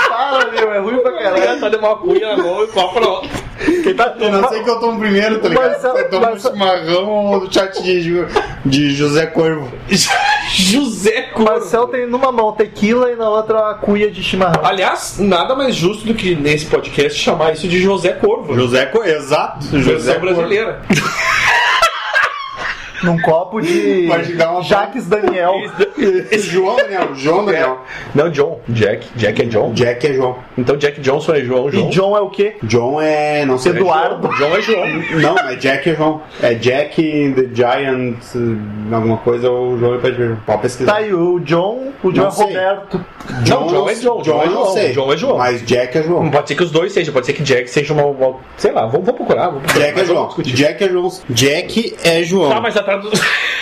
D: Para, meu, é ruim pra
A: o cara
D: caralho.
A: tá de uma cuia na mão e copo na outra.
E: Eu não sei que eu tomo primeiro, tá ligado?
D: Marcelo-
E: Você toma um
D: Marcelo-
E: chimarrão ou o chat de, Ju- de José Corvo.
A: José
D: O
A: Corvo.
D: Marcel tem numa mão tequila e na outra uma cuia de chimarrão.
A: Aliás, nada mais justo do que nesse podcast chamar isso de José Corvo.
E: José Corvo, exato. José
A: Versão
E: Corvo.
A: brasileira.
D: Num copo de
E: Pode dar uma-
D: Jaques Daniel.
E: João Daniel, João Daniel.
A: Não, John. Jack. Jack é John.
E: Jack é João.
A: Então Jack Johnson é João
D: E
A: João.
D: John é o quê?
E: John é. Não sei.
D: Eduardo.
A: João é João.
E: Não, é Jack é João. É Jack the Giant, eh, alguma coisa, ou João e Pode ver. Pode pesquisar.
D: Tá aí, o John. O John
E: Não
D: é
E: sei.
D: Roberto.
A: Não, João é João, João
E: John
A: é
E: eu não
A: João,
E: sei.
A: João é João.
E: Mas Jack é João.
A: Não pode ser que os dois sejam, pode ser que Jack seja uma. uma- sei lá, vamos, vamos procurar. Vamos procurar
E: Jack é
A: mas vamos
E: João.
A: discutir.
E: Jack é João. Jack é João.
A: Tá, mas a tradução.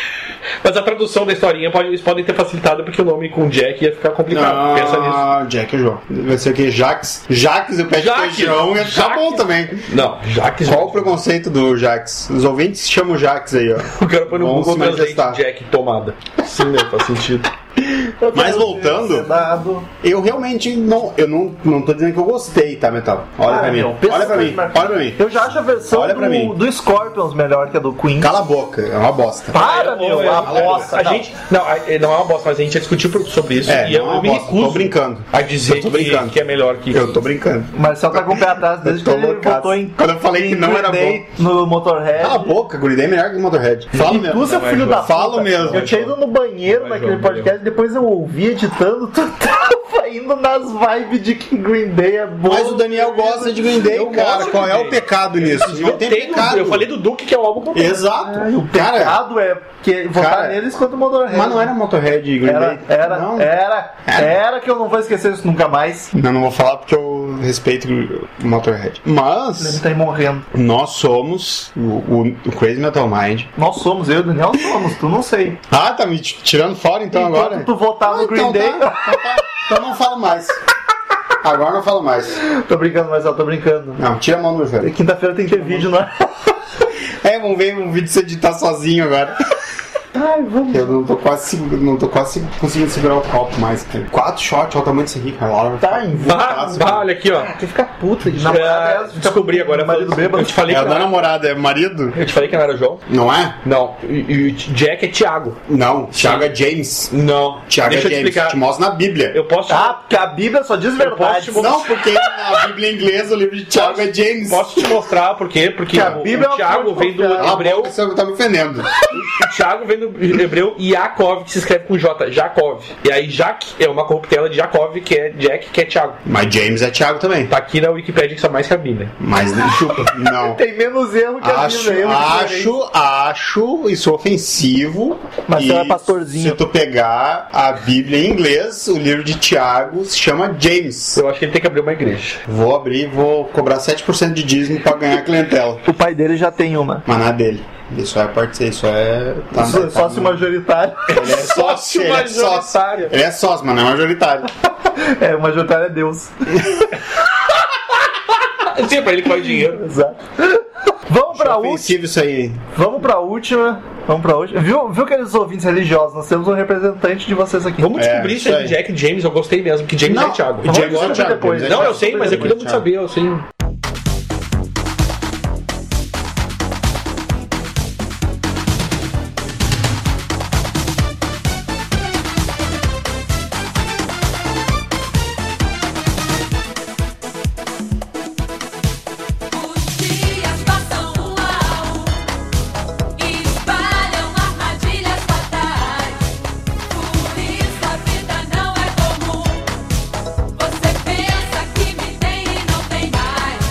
A: mas a tradução da historinha pode, eles podem ter facilitado porque o nome com Jack ia ficar complicado. Pensa nisso.
E: Não, Jack é João. Vai ser o quê? Jax? Jax, eu pego
A: Jax.
E: feijão e tá
A: Jax.
E: bom também.
A: Não, Jack
E: Qual o preconceito do Jax? Os ouvintes chamam Jax aí, ó.
A: O cara põe no
E: Vamos
A: Google
E: se
A: Translate
E: manifestar.
A: Jack tomada. Sim, né? Faz sentido.
E: Mas voltando,
D: Dado.
E: eu realmente não. Eu não, não tô dizendo que eu gostei, tá, Metal? Olha
D: Ah,
E: pra mim.
D: meu, pensa
E: Olha pra
D: no
E: mim.
D: Marcão.
E: Olha pra mim.
D: Eu já acho a versão
E: Olha pra
D: do,
E: mim.
D: do Scorpions melhor que a do Queen.
E: Cala a boca, é uma bosta.
D: Para, meu, é uma
A: Olha,
D: bosta.
A: A
D: Não.
A: gente, não, a- não é uma bosta, mas a gente já discutiu por- sobre isso.
E: É,
A: e eu,
E: não é uma
A: eu me
E: bosta,
A: recuso
E: tô brincando.
A: a dizer
E: Eu tô
A: que-
E: brincando.
A: Que, é melhor que.
E: Eu tô brincando.
D: O Marcel tá com o pé atrás desde
E: Eu
D: que
E: tô
D: ele
E: loucaço.
D: votou em.
E: Quando eu falei
D: em
E: que não era
D: Green Day No Motorhead.
E: Cala a boca, Green Day é melhor que o Motorhead. Fala
D: E tu,
E: mesmo.
D: seu
A: Não é
D: filho
A: João.
D: da puta.
E: Falo mesmo.
D: Eu tinha ido no banheiro
A: Vai,
D: naquele
A: João,
D: podcast, depois eu ouvi editando, tu tava indo nas vibes de que Green Day é bom.
E: Mas o Daniel gosta de Green Day,
A: Eu gosto
E: cara.
A: de
E: Qual é
A: Green
E: o
A: Day.
E: pecado nisso?
A: Eu,
E: Não tem
A: tenho- um-
E: pecado.
A: eu falei do Duke, que é o álbum que eu
E: Exato.
D: O
E: cara,
D: pecado é que votar
E: Cara,
D: neles contra o Motorhead.
E: mas não era Motorhead e Green
D: Era,
E: Day?
D: era, é.
E: não.
D: era, era que eu não vou esquecer isso nunca mais.
E: Não, não vou falar porque eu respeito o Motorhead.
D: Ele
E: Mas
D: tá aí morrendo.
E: nós somos o, o- o Crazy Metal Mind.
D: Nós somos, eu e o Daniel somos, tu não sei.
E: Ah, tá me t- tirando fora então
D: Enquanto
E: agora?
D: tu votar no
E: Ah,
D: Green
E: então
D: Day.
E: tá, então tá. Então não falo mais. Agora não falo mais.
D: tô brincando, Marcelo, tô brincando.
E: Não, tira a mão do meu velho.
D: Quinta-feira tem que ter vídeo, né?
E: É, vamos ver um vídeo se editar sozinho agora.
D: Ai, vamos.
E: Eu não tô quase, segu- não tô quase conseguindo segurar o copo mais. cara. Quatro shots, olha o tamanho desse aqui, cara. Olha.
D: Tá em
A: Ah, ah, olha aqui, ó.
D: Tem que ficar puta de
A: Ah,
D: namorado.
A: descobri agora.
D: é Marido bêbado.
A: Eu te falei
E: É
A: que
E: a
A: não,
E: da namorada, é marido?
A: eu te falei que não era João.
E: Não é?
A: Não, e, e o Jack é Thiago.
E: Não, Thiago é James.
A: Não.
E: Thiago
A: Deixa
E: é
A: eu te
E: James.
A: explicar.
E: Te mostro na Bíblia.
A: Eu posso,
D: Ah, porque a Bíblia só diz verdade.
A: posso te
E: Não, porque na Bíblia inglesa o livro de Thiago é James.
A: posso te mostrar por quê? Porque
D: Que a
A: o,
D: Bíblia é
A: o
D: uma
A: Thiago
D: fonte
A: vem do
D: confiável.
E: Cala a
A: hebreu.
E: boca, você tá me ofendendo.
A: O Thiago vem do hebreu Yakov, que se escreve com J, Jacov. E aí Jack é uma corruptela de Jacov, que é Jack, que é Thiago.
E: Mas James é Thiago também.
A: Tá aqui na Wikipedia que só mais que a Bíblia.
E: Mas chupa. Não.
D: Tem menos erro que a
E: Acho,
D: Bíblia. eu diferente.
E: acho, acho isso ofensivo.
D: Mas
E: E
D: você é pastorzinho.
E: Se tu pegar a Bíblia em inglês, o livro de Tiago se chama James.
A: Eu acho que ele tem que abrir uma igreja.
E: Vou abrir, vou cobrar 7% de dízimo pra ganhar a clientela.
D: O pai dele já tem uma.
E: Mas não é dele. Isso é parte, isso é. Tá,
D: Só-
E: tá-
D: Sócio majoritário.
E: Ele é sócio, ele é sócio.
A: majoritário.
E: Ele é sócio, mas não é majoritário.
D: É, o majoritário é Deus.
A: Sim, é pra ele que faz dinheiro.
D: Exato. Vamos pra,
E: É
D: última,
E: ofensivo isso aí.
D: vamos pra última. Vamos pra hoje. Viu, viu aqueles ouvintes religiosos? Nós temos um representante de vocês aqui.
A: Vamos descobrir se é Jack James. Eu gostei mesmo, que James é Thiago.
E: James
A: Vamos
E: é
A: descobrir
E: Thiago,
A: depois.
E: James é
A: Não, eu
E: Thiago.
A: sei, mas eu queria
E: James
A: muito
E: é
A: saber, eu sei.
L: Dias passam no alto e espalham armadilhas fatais. Por isso a vida não é comum. Você pensa que me tem e não tem mais.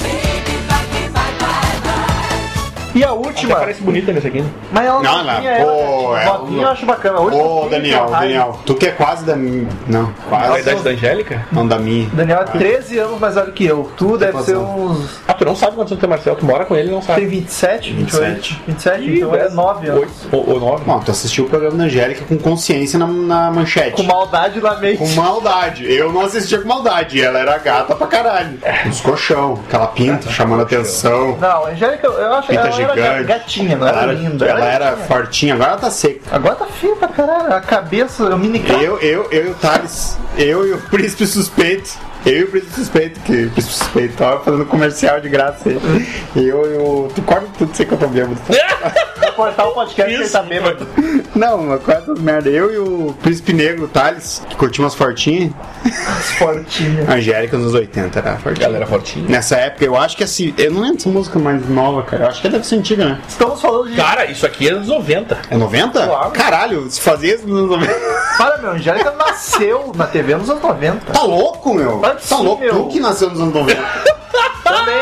L: Baby, vai que vai, vai, vai.
D: E a última.
A: parece bonita nessa aqui. né?
D: Mas ela
E: Não,
D: não,
E: não.
D: tinha ela,
E: Pô,
D: né?
E: é.
D: Novinha eu acho bacana. Hoje
E: Ô,
D: eu
E: Daniel,
D: tenho raiva.
E: Daniel, tu que é quase da minha. Não, quase.
A: A idade Ah, é da Angélica?
E: Não, da minha.
D: Daniel é 13 anos mais velho que eu. Tu
E: Tá
D: deve ser uns.
A: Ah, tu não sabe quantos anos tem Marcel, tu mora com ele e não sabe.
D: Tem 27, 28.
E: 27.
D: 27, então é 9 anos.
A: Oito ou- ou nove?
E: Não, tu assistiu o programa da Angélica com consciência na, na manchete.
D: Com maldade na mente.
E: Com maldade. Eu não assistia com maldade. Ela era gata pra caralho. Os colchão, aquela pinta chamando atenção.
D: Não, a Angélica, eu acho que
E: Pinta
D: ela era
E: gigante.
D: gatinha, não era, linda.
E: Ela era
D: gatinha.
E: fortinha, agora ela tá seca.
D: Agora tá feia pra caralho. A cabeça, o mini
E: Eu, eu, eu e o Thales, eu e o Príncipe Suspeito, eu e o Príncipe Suspeito, que o Príncipe Suspeito tava fazendo comercial de graça aí. E eu e o. Tu corta tudo sem que eu tô bêbado.
D: Vou cortar o podcast que ele tá bêbado.
E: Não, mas corta tudo merda. Eu e o Príncipe Negro, o Thales, que curtiu umas fortinhas.
D: Fortinha.
E: Angélica nos 80, era fortinha.
A: Galera fortinha.
E: Nessa época, eu acho que assim. Eu não lembro dessa música mais nova, cara. Eu acho que deve ser antiga, né?
D: Estamos falando de.
A: Cara, isso aqui é anos 90.
E: É 90?
D: Claro.
E: Caralho, se fazia isso nos 90.
D: Para, meu, a Angélica nasceu na TV nos anos 90.
E: Tá louco, meu?
D: Mas sim,
E: Tá louco,
D: meu.
E: tu que nasceu nos anos 90. Ah!
D: Também.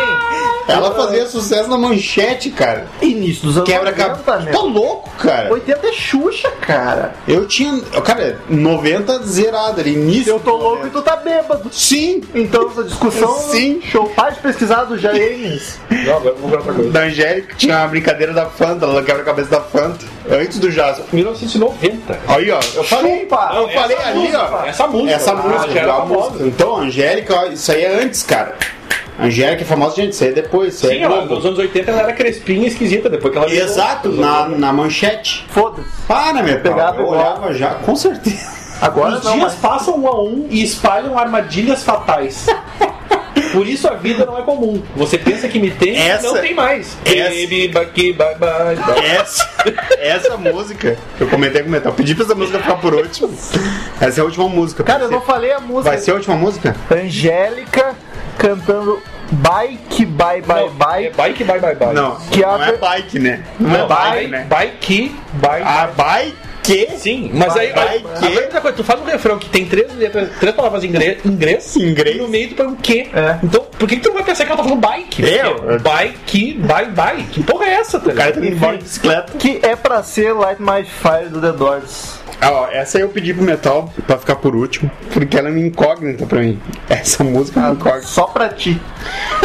E: Ela fazia sucesso na manchete, cara.
D: Início dos anos
E: Quebra-cabeça.
D: 90, meu.
E: Tá louco, cara.
D: 80 é Xuxa, cara.
E: Eu tinha. Cara, 90 zerado ali, início.
D: Eu tô louco e tu tá bêbado.
E: Sim!
D: Então essa discussão.
E: Sim.
D: Show. Pai de pesquisado já é James.
A: Não, agora vamos pra outra coisa.
E: Da Angélica tinha uma brincadeira da Fanta, ela quebra a cabeça da Fanta. Antes do Jasper.
A: 1990.
E: Aí, ó, eu falei.
D: Chupa!
E: Eu falei
A: Essa
E: ali, ó.
A: Essa música.
E: Essa
A: Ah,
E: música,
A: já era
E: a
A: famosa.
E: música. Então, Angélica, ó, isso aí é antes, cara. Angélica é famosa, gente, isso aí é depois. Isso aí
A: Sim,
E: é
A: ela,
E: Globo.
A: nos anos 80 ela era crespinha e esquisita, depois que ela virou-
E: Exato, na, na manchete.
D: Foda-se.
E: Para, meu
D: Pegava
E: pau. Eu
D: igual.
E: olhava já, com certeza.
D: Agora
A: Os
D: não.
A: dias
D: mas-
A: passam um a um e espalham armadilhas fatais. Por isso a vida não é comum. Você pensa que me tem,
E: Essa-
A: não tem mais.
E: Essa-
A: Baby, baqui, bye, bye, bye.
E: Essa, essa música, eu comentei com o Metal, pedi pra essa música ficar por último. Essa é a última música.
D: Cara, eu
E: vai
D: não
E: ser.
D: falei a música.
E: Vai ser a última música?
D: Angélica cantando Bike Bye Bye
A: Não,
D: Bye.
A: É bike, bye, bye, bye.
E: Não,
D: Que
E: não
D: a-
E: é bike, né? Não, é
A: Não,
E: bike,
A: bike,
E: né?
A: bike, bye.
E: A bike.
A: Sim, mas
E: Bye,
A: aí.
E: bye,
A: a-
E: que?
A: a primeira coisa, tu faz um refrão que tem três letras, três palavras em inglês, inglês,
E: Inglês.
A: e no meio tu põe um quê.
D: É.
A: Então, por que, que tu não vai pensar que ela tá falando bike?
E: É, Eu?
A: Bike, bye, bye. Que porra é essa, tá
E: O cara tá
A: ligado?
E: indo embora de bicicleta.
D: Que é pra ser Light My Fire do The Doors.
E: Ah, ó, essa aí eu pedi pro Metal pra ficar por último, porque ela é uma incógnita pra mim. Essa música é uma incógnita.
D: Só pra ti.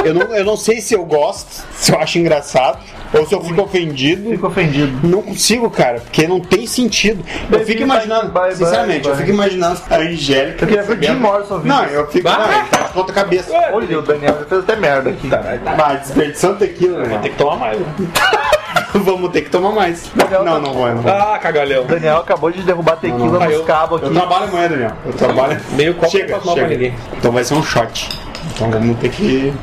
E: Eu não, eu não sei se eu gosto, se eu acho engraçado, ou se eu fico ofendido.
D: Fico ofendido.
E: Não consigo, cara, porque não tem sentido. Eu
D: Baby,
E: fico imaginando,
D: bye, bye,
E: sinceramente,
D: bye.
E: eu fico imaginando a Angélica.
D: Eu queria ver o Jim
E: recebendo-
D: Morrison ouvindo
E: Não,
D: isso.
E: eu fico.
A: Bah!
E: Não, ele tá de ponta cabeça.
D: Olha, o Daniel já fez até merda aqui.
E: Tá, Mas desperdiçando tequila,
A: Vai ter
E: né?
A: que tomar mais, né?
E: Vamos ter que tomar mais.
D: Daniel,
E: Não,
D: tá-
E: não vou, não vou.
A: Ah, cagalhão.
D: O Daniel acabou de derrubar tequila
E: não.
A: Ah,
D: nos
A: eu-
D: cabos
E: Eu
D: aqui.
E: trabalho amanhã, Daniel. Eu trabalho.
A: Meio copo eu
E: chega,
A: não posso tomar
E: chega.
A: pra ninguém.
E: Então vai ser um shot. Então vamos ter que.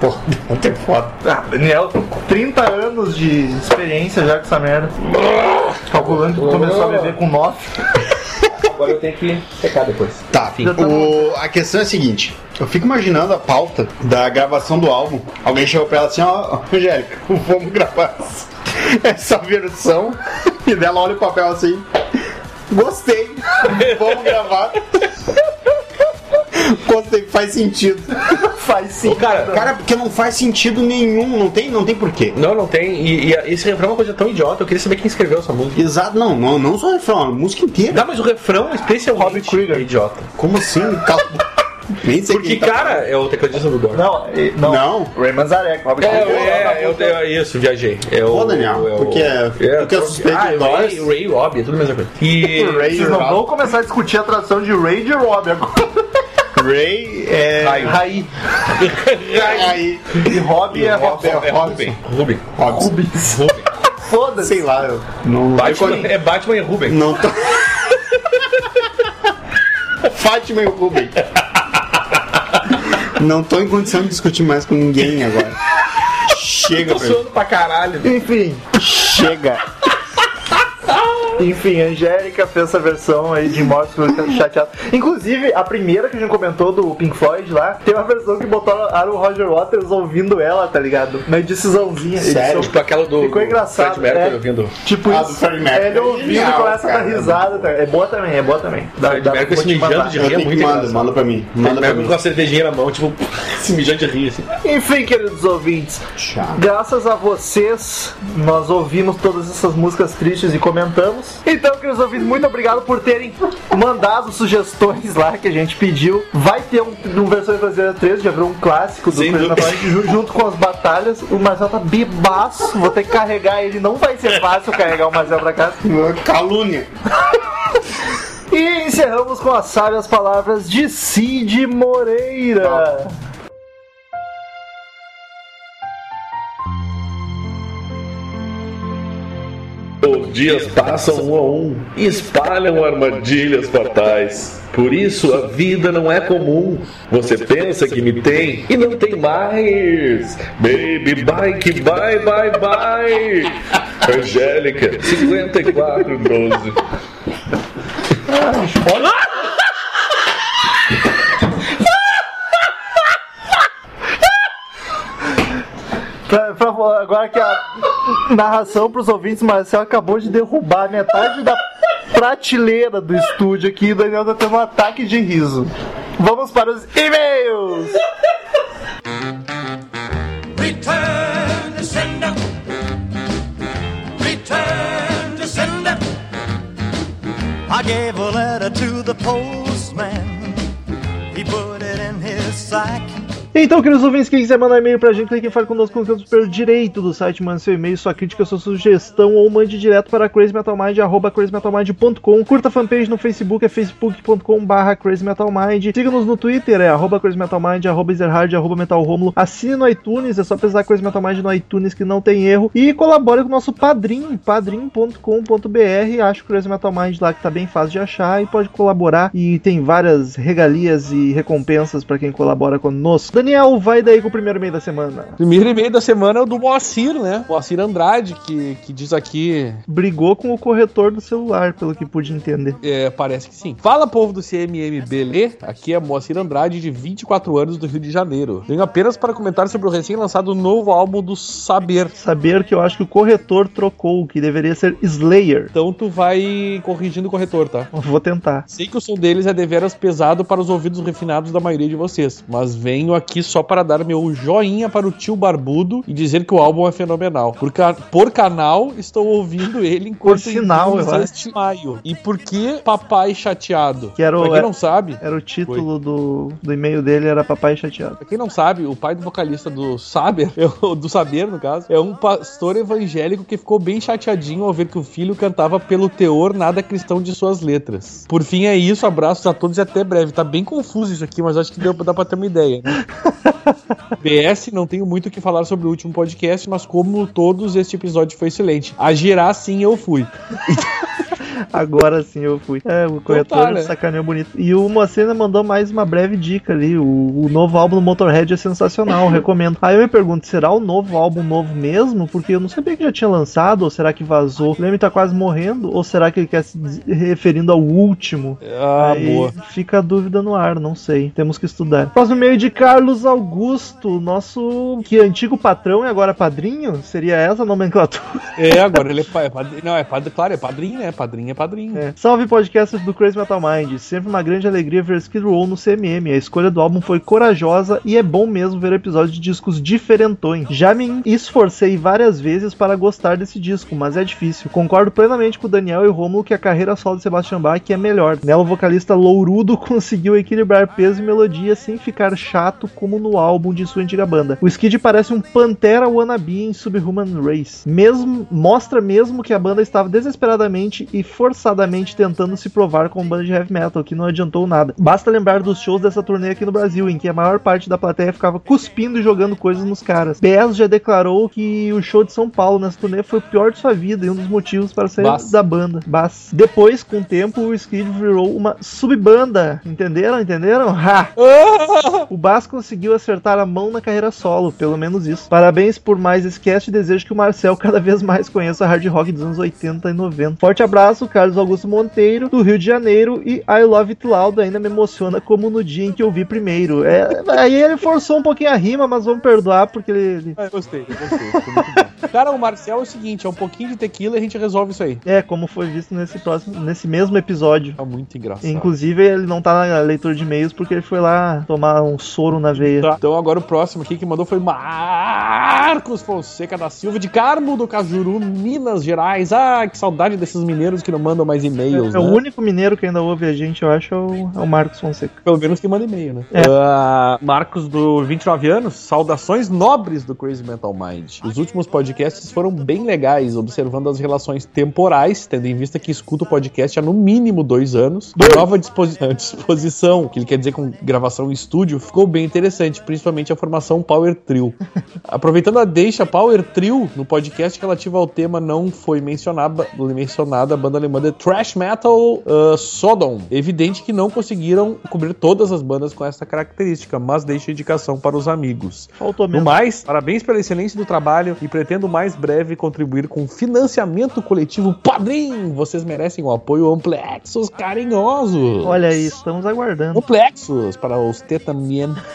E: Pô, não tem foda.
D: Ah, Daniel, 30 anos de experiência já com essa merda. Calculando que tu começou a beber com 9.
A: Agora eu tenho que secar depois.
E: Tá,
D: Já tá
E: o- a questão é a seguinte: eu fico imaginando a pauta da gravação do álbum. Alguém chegou pra ela assim: Ó, Angélica, vamos gravar essa versão. E dela olha o papel assim: Gostei, vamos gravar. Gostei, faz sentido.
D: Faz sim.
A: Cara,
E: Cara, porque não faz sentido nenhum, não tem, não tem porquê.
A: não, não tem. E, e esse refrão é uma coisa tão idiota. Eu queria saber quem escreveu essa música.
E: Exato, não, não, não só o refrão, a música inteira.
A: Dá, mas o refrão
D: Robbie
A: especialmente
D: Krieger.
A: é idiota.
E: Como assim? Cal- Nem sei
A: Porque,
E: quem tá falando.
A: cara, é o tecladista do Doors.
D: Não, e- não.
E: Não.
D: Raymond Zarek, Robert
A: É,
D: Downey Jr.
A: é, eu, eu, isso, viajei. É o,
E: Pô, Daniel,
A: é o-
E: porque é- porque é
A: troca-
E: suspeito
A: ah,
E: de
A: é o
E: nós.
A: Ray, Ray Robbie, é tudo a mesma coisa. E
E: Ray,
D: Vocês não vão começar a discutir a tradução de Ray de Rob agora.
E: Ray é.
D: Raí.
E: Aí.
D: E Rob é
E: Rob
D: Robson.
E: é Robson.
A: Ruben,
E: Robson.
D: Rubens. Foda-se.
E: Sei lá. Eu não,
A: Batman,
E: eu-
A: é Batman e Ruben.
E: Não tô... Fátima e o Ruben. Não tô em condição de discutir mais com ninguém agora. Chega,
A: Tô
E: velho.
A: suando pra caralho.
D: Enfim,
E: Chega.
D: enfim, a Angélica fez essa versão aí de Mortos que eu fico chateado. Inclusive, a primeira que a gente comentou do Pink Floyd lá, tem uma versão que botaram o Roger Waters ouvindo ela, tá ligado? Na ediçãozinha.
A: Sério?
D: edição.
A: Tipo aquela do,
D: Ficou
A: do
D: engraçado,
A: Fred Mercury
D: é.
A: ouvindo.
D: Tipo
E: Ah, do
D: isso.
E: Freddie Mercury.
D: É, ele ouvindo
E: Genial,
D: com essa da
E: cara.
D: risada, tá? É boa também, é boa também. Dá, tá?
A: Freddie Mercury
D: vou
A: se
D: te
A: mijando
D: mandar.
A: de
E: Eu
A: rir é
E: tenho
A: muito
E: que manda,
A: engraçado.
E: manda pra mim. Manda
A: Fred
E: pra
A: Mercury
E: mim.
A: com a cervejinha na mão, tipo, se mijando de rir, assim.
D: Enfim, queridos ouvintes,
E: Chato.
D: graças a vocês, nós ouvimos todas essas músicas tristes e comentamos. Então, queridos ouvintes, muito obrigado por terem mandado sugestões lá que a gente pediu. Vai ter um, um Versões Brasileiras 3, já virou um clássico do
A: Sem
D: Crazy
A: dúvida.
D: Metal, ju- junto com as batalhas. O Marcel tá bebaço, vou ter que carregar ele. Não vai ser fácil carregar o Marcel pra casa.
E: Calúnia.
D: E encerramos com as sábias palavras de Cid Moreira.
A: Os dias passam um a um e espalham armadilhas fatais. Por isso a vida não é comum. Você pensa que me tem e não tem mais. Baby, bike, bye, bye, bye. Angélica, 5412.
D: Pra, pra, agora que a narração pros ouvintes, Marcel acabou de derrubar metade da prateleira do estúdio aqui e o Daniel tá tendo um ataque de riso. Vamos para os e-mails!
G: Return to sender. Return to sender.
C: I gave a letter to the postman. He put it in his sack.
D: Então, queridos ouvintes, quem quiser mandar e-mail pra gente, clique em Fale Conosco no canto superior direito do site, mande seu e-mail, sua crítica, sua sugestão ou mande direto para crazymetalmind, arroba crazymetalmind.com. Curta a fanpage no Facebook, é facebook.com barra crazymetalmind. Siga-nos no Twitter, é arroba crazymetalmind, arroba zerhard, arroba metalromulo. Assine no iTunes, é só pesquisar Crazy Metal Mind no iTunes que não tem erro. E colabore com o nosso padrinho, padrim.com.br. Acho o Crazy Metal Mind lá que tá bem fácil de achar e pode colaborar. E tem várias regalias e recompensas pra quem colabora conosco. Daniel, vai daí com o primeiro meio da semana.
M: Primeiro e-mail da semana é o do Moacir, né? Moacir Andrade, que, que diz aqui.
D: Brigou com o corretor do celular, pelo que pude entender.
M: é, parece que sim. Fala, povo do CMM Belê. Aqui é Moacir Andrade, de 24 anos, do Rio de Janeiro. Venho apenas para comentar sobre o recém-lançado novo álbum do Saber.
D: Saber que eu acho que o corretor trocou, que deveria ser Slayer.
M: Então tu vai corrigindo o corretor, tá?
D: Vou tentar.
M: Sei que o som deles é deveras pesado para os ouvidos refinados da maioria de vocês, mas venho aqui só para dar meu joinha para o tio Barbudo e dizer que o álbum é fenomenal. Por, ca- por canal, estou ouvindo ele enquanto
D: Por sinal, eu acho.
M: 16 de maio. E por que Papai Chateado?
D: Que era o-
M: pra quem
D: é-
M: não sabe...
D: Era o título do, do e-mail dele, era Papai Chateado.
M: Pra quem não sabe, o pai do vocalista do Saber, é o- do Saber no caso, é um pastor evangélico que ficou bem chateadinho ao ver que o filho cantava pelo teor nada cristão de suas letras. Por fim é isso, abraços a todos e até breve. Tá bem confuso isso aqui, mas acho que deu, dá pra ter uma ideia, né? PS, não tenho muito o que falar sobre o último podcast, mas como todos, este episódio foi excelente. A girar sim eu fui.
D: Agora sim eu fui. É, o corretor
M: tá, né?
D: sacaneou bonito. E o Moacena mandou mais uma breve dica ali. O, o novo álbum do Motorhead é sensacional, recomendo. Aí eu me pergunto, será o novo álbum novo mesmo? Porque eu não sabia que já tinha lançado, ou será que vazou? O Leme tá quase morrendo, ou será que ele quer se des- referindo ao último?
M: Ah,
D: Aí
M: boa.
D: Fica a dúvida no ar, não sei. Temos que estudar. Próximo e-mail de Carlos Augusto, nosso que é antigo patrão e agora padrinho? Seria essa a nomenclatura?
M: É, agora ele é, pa- é padrinho. Não, é padrinho, claro, é padrinho, né? Padrinho é padrinho.
D: É. Salve podcast do Crazy Metal Mind. Sempre uma grande alegria ver Skid Row no CMM. A escolha do álbum foi corajosa e é bom mesmo ver episódios de discos diferentões. Já me esforcei várias vezes para gostar desse disco, mas é difícil. Concordo plenamente com o Daniel e o Romulo que a carreira solo de Sebastian Bach é melhor. Nela, o vocalista Lourudo conseguiu equilibrar peso e melodia sem ficar chato como no álbum de sua antiga banda. O Skid parece um Pantera wannabe em Subhuman Race. Mesmo, mostra mesmo que a banda estava desesperadamente e forçadamente tentando se provar como banda de heavy metal, que não adiantou nada. Basta lembrar dos shows dessa turnê aqui no Brasil, em que a maior parte da plateia ficava cuspindo e jogando coisas nos caras. BS já declarou que o show de São Paulo nessa turnê foi o pior de sua vida e um dos motivos para sair
M: Basta.
D: da banda. Bas. Depois, com o tempo, o Skid virou uma subbanda. Entenderam? Entenderam? Ha! O Bass conseguiu acertar a mão na carreira solo, pelo menos isso. Parabéns por mais esse cast e desejo que o Marcel cada vez mais conheça a hard rock dos anos 80 e 90. Forte abraço, Carlos Augusto Monteiro, do Rio de Janeiro, e I Love It Loud ainda me emociona como no dia em que eu vi primeiro. É, aí ele forçou um pouquinho a rima, mas vamos perdoar porque ele. ele-
M: Ah, eu gostei, eu gostei. Ficou muito bom. Cara, o Marcel é o seguinte: é um pouquinho de tequila e a gente resolve isso aí.
D: É, como foi visto nesse próximo, nesse mesmo episódio.
M: Tá muito engraçado.
D: Inclusive, ele não tá na leitura de e-mails porque ele foi lá tomar um soro na veia.
M: Tá, Então agora o próximo aqui que mandou foi Marcos Fonseca da Silva de Carmo do Cajuru, Minas Gerais. Ah, que saudade desses mineiros que não mandam mais e-mails.
D: É o
M: né?
D: único mineiro que ainda ouve a gente, eu acho, é o, é o Marcos Fonseca.
M: Pelo menos que manda e-mail, né?
D: É.
M: Ah, Marcos, do 29 anos, saudações nobres do Crazy Mental Mind. Os últimos podcasts foram bem legais, observando as relações temporais, tendo em vista que escuto o podcast há no mínimo dois anos. A nova disposi- a disposição, que ele quer dizer com gravação em estúdio, ficou bem interessante, principalmente a formação Power Trio. Aproveitando a deixa, Power Trio, no podcast relativo ao tema, não foi mencionada, mencionada a banda alemã de Trash Metal ah, Sodom. Evidente que não conseguiram Então, cobrir todas as bandas com essa característica, mas deixa indicação para os amigos.
D: Faltou
M: No
D: mesmo.
M: mais, parabéns pela excelência do trabalho e pretendo mais breve contribuir com financiamento coletivo Padrim. Vocês merecem o apoio amplexos carinhosos.
D: Olha aí, estamos aguardando.
M: Amplexos para os tetamiento.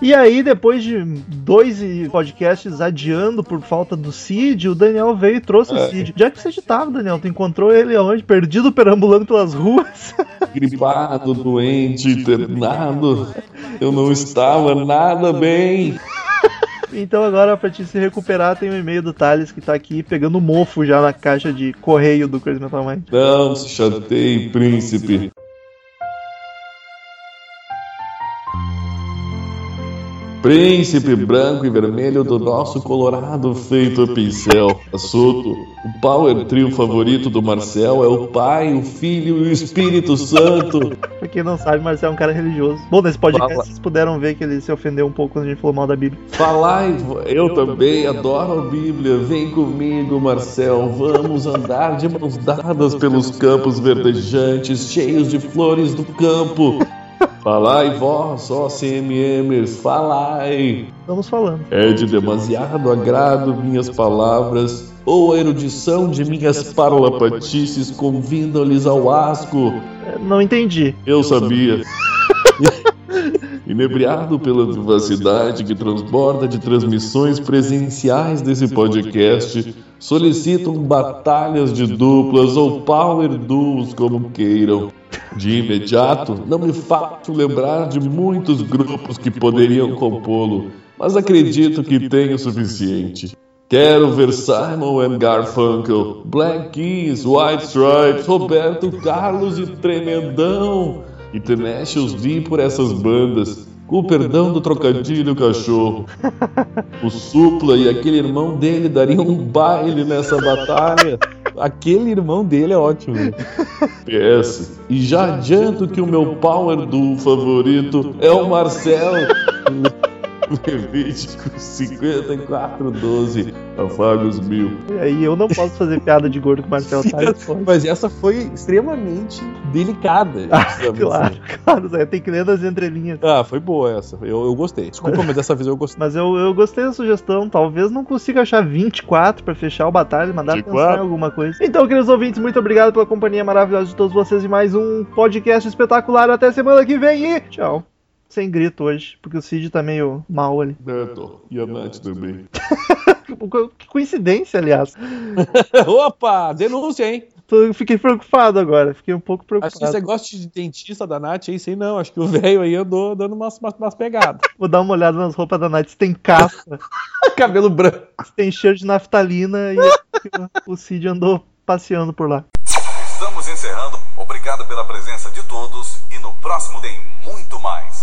D: E aí, depois de dois e- podcasts adiando por falta do Cid, o Daniel veio e trouxe
M: É.
D: o Cid. Já que você estava, Daniel, tu encontrou ele aonde? Perdido, perambulando pelas ruas.
M: gripado, doente, internado. Eu não estava nada bem.
D: Então agora, pra te se recuperar, tem o e-mail do Thales que tá aqui pegando mofo já na caixa de correio do Crazy Metal Mind.
M: Não se chateie, príncipe. Príncipe branco e vermelho do nosso Colorado feito a pincel. Assunto: o power trio favorito do Marcel é o Pai, o Filho e o Espírito Santo.
D: Pra quem não sabe, Marcel é um cara religioso. Bom, nesse podcast
M: Fala.
D: vocês puderam ver que ele se ofendeu um pouco quando a gente falou mal da Bíblia.
M: Falai, eu também adoro a Bíblia. Vem comigo, Marcel. Vamos andar de mãos dadas pelos campos verdejantes, cheios de flores do campo. Falai vós, ó CMMers, falai.
D: Estamos falando.
M: É de demasiado agrado minhas palavras, ou a erudição de minhas parlapatices convindam-lhes ao asco.
D: É, Não entendi.
M: Eu sabia. Inebriado pela vivacidade que transborda de transmissões presenciais desse podcast, solicitam batalhas de duplas ou power duos, como queiram. De imediato, não me faço lembrar de muitos grupos que poderiam compô-lo, mas acredito que tenho o suficiente. Quero ver Simon and Garfunkel, Black Keys, White Stripes, Roberto Carlos e Tremendão. Internationals D por essas bandas, com o perdão do trocadilho cachorro. O Supla e aquele irmão dele dariam um baile nessa batalha. Aquele irmão dele é ótimo. né? PS. E já adianto que o meu power duo favorito é o Marcel. Levítico 5412, Afagos Mil.
D: E aí eu não posso fazer piada de gordo com o Marcel Thales. pô.
M: Mas essa foi extremamente delicada. digamos
D: claro,
M: assim.
D: claro, Zé, tem que ler nas entrelinhas.
M: Ah, foi boa essa. Eu, eu gostei. Desculpa, mas dessa vez eu gostei.
D: Mas eu, eu gostei da sugestão. Talvez não consiga achar 24 pra fechar o batalha, mas dá pra pensar
M: 24?
D: em alguma coisa. Então, queridos ouvintes, muito obrigado pela companhia maravilhosa de todos vocês e mais um podcast espetacular. Até semana que vem e tchau. Sem grito hoje, porque o Cid tá meio mal ali.
M: Neto, e a Nath também.
D: Que coincidência, aliás.
M: Opa, denúncia, hein?
D: Tô- Eu fiquei preocupado agora, fiquei um pouco
M: Acho
D: preocupado.
M: que você gosta de dentista da Nath, aí sei não. Acho que o velho aí andou dando umas, umas, umas pegadas.
D: Vou dar uma olhada nas roupas da Nath, se tem casca,
M: Cabelo branco.
D: se tem cheiro de naftalina e o Cid andou passeando por lá.
N: Estamos encerrando. Obrigado pela presença de todos e no próximo tem muito mais.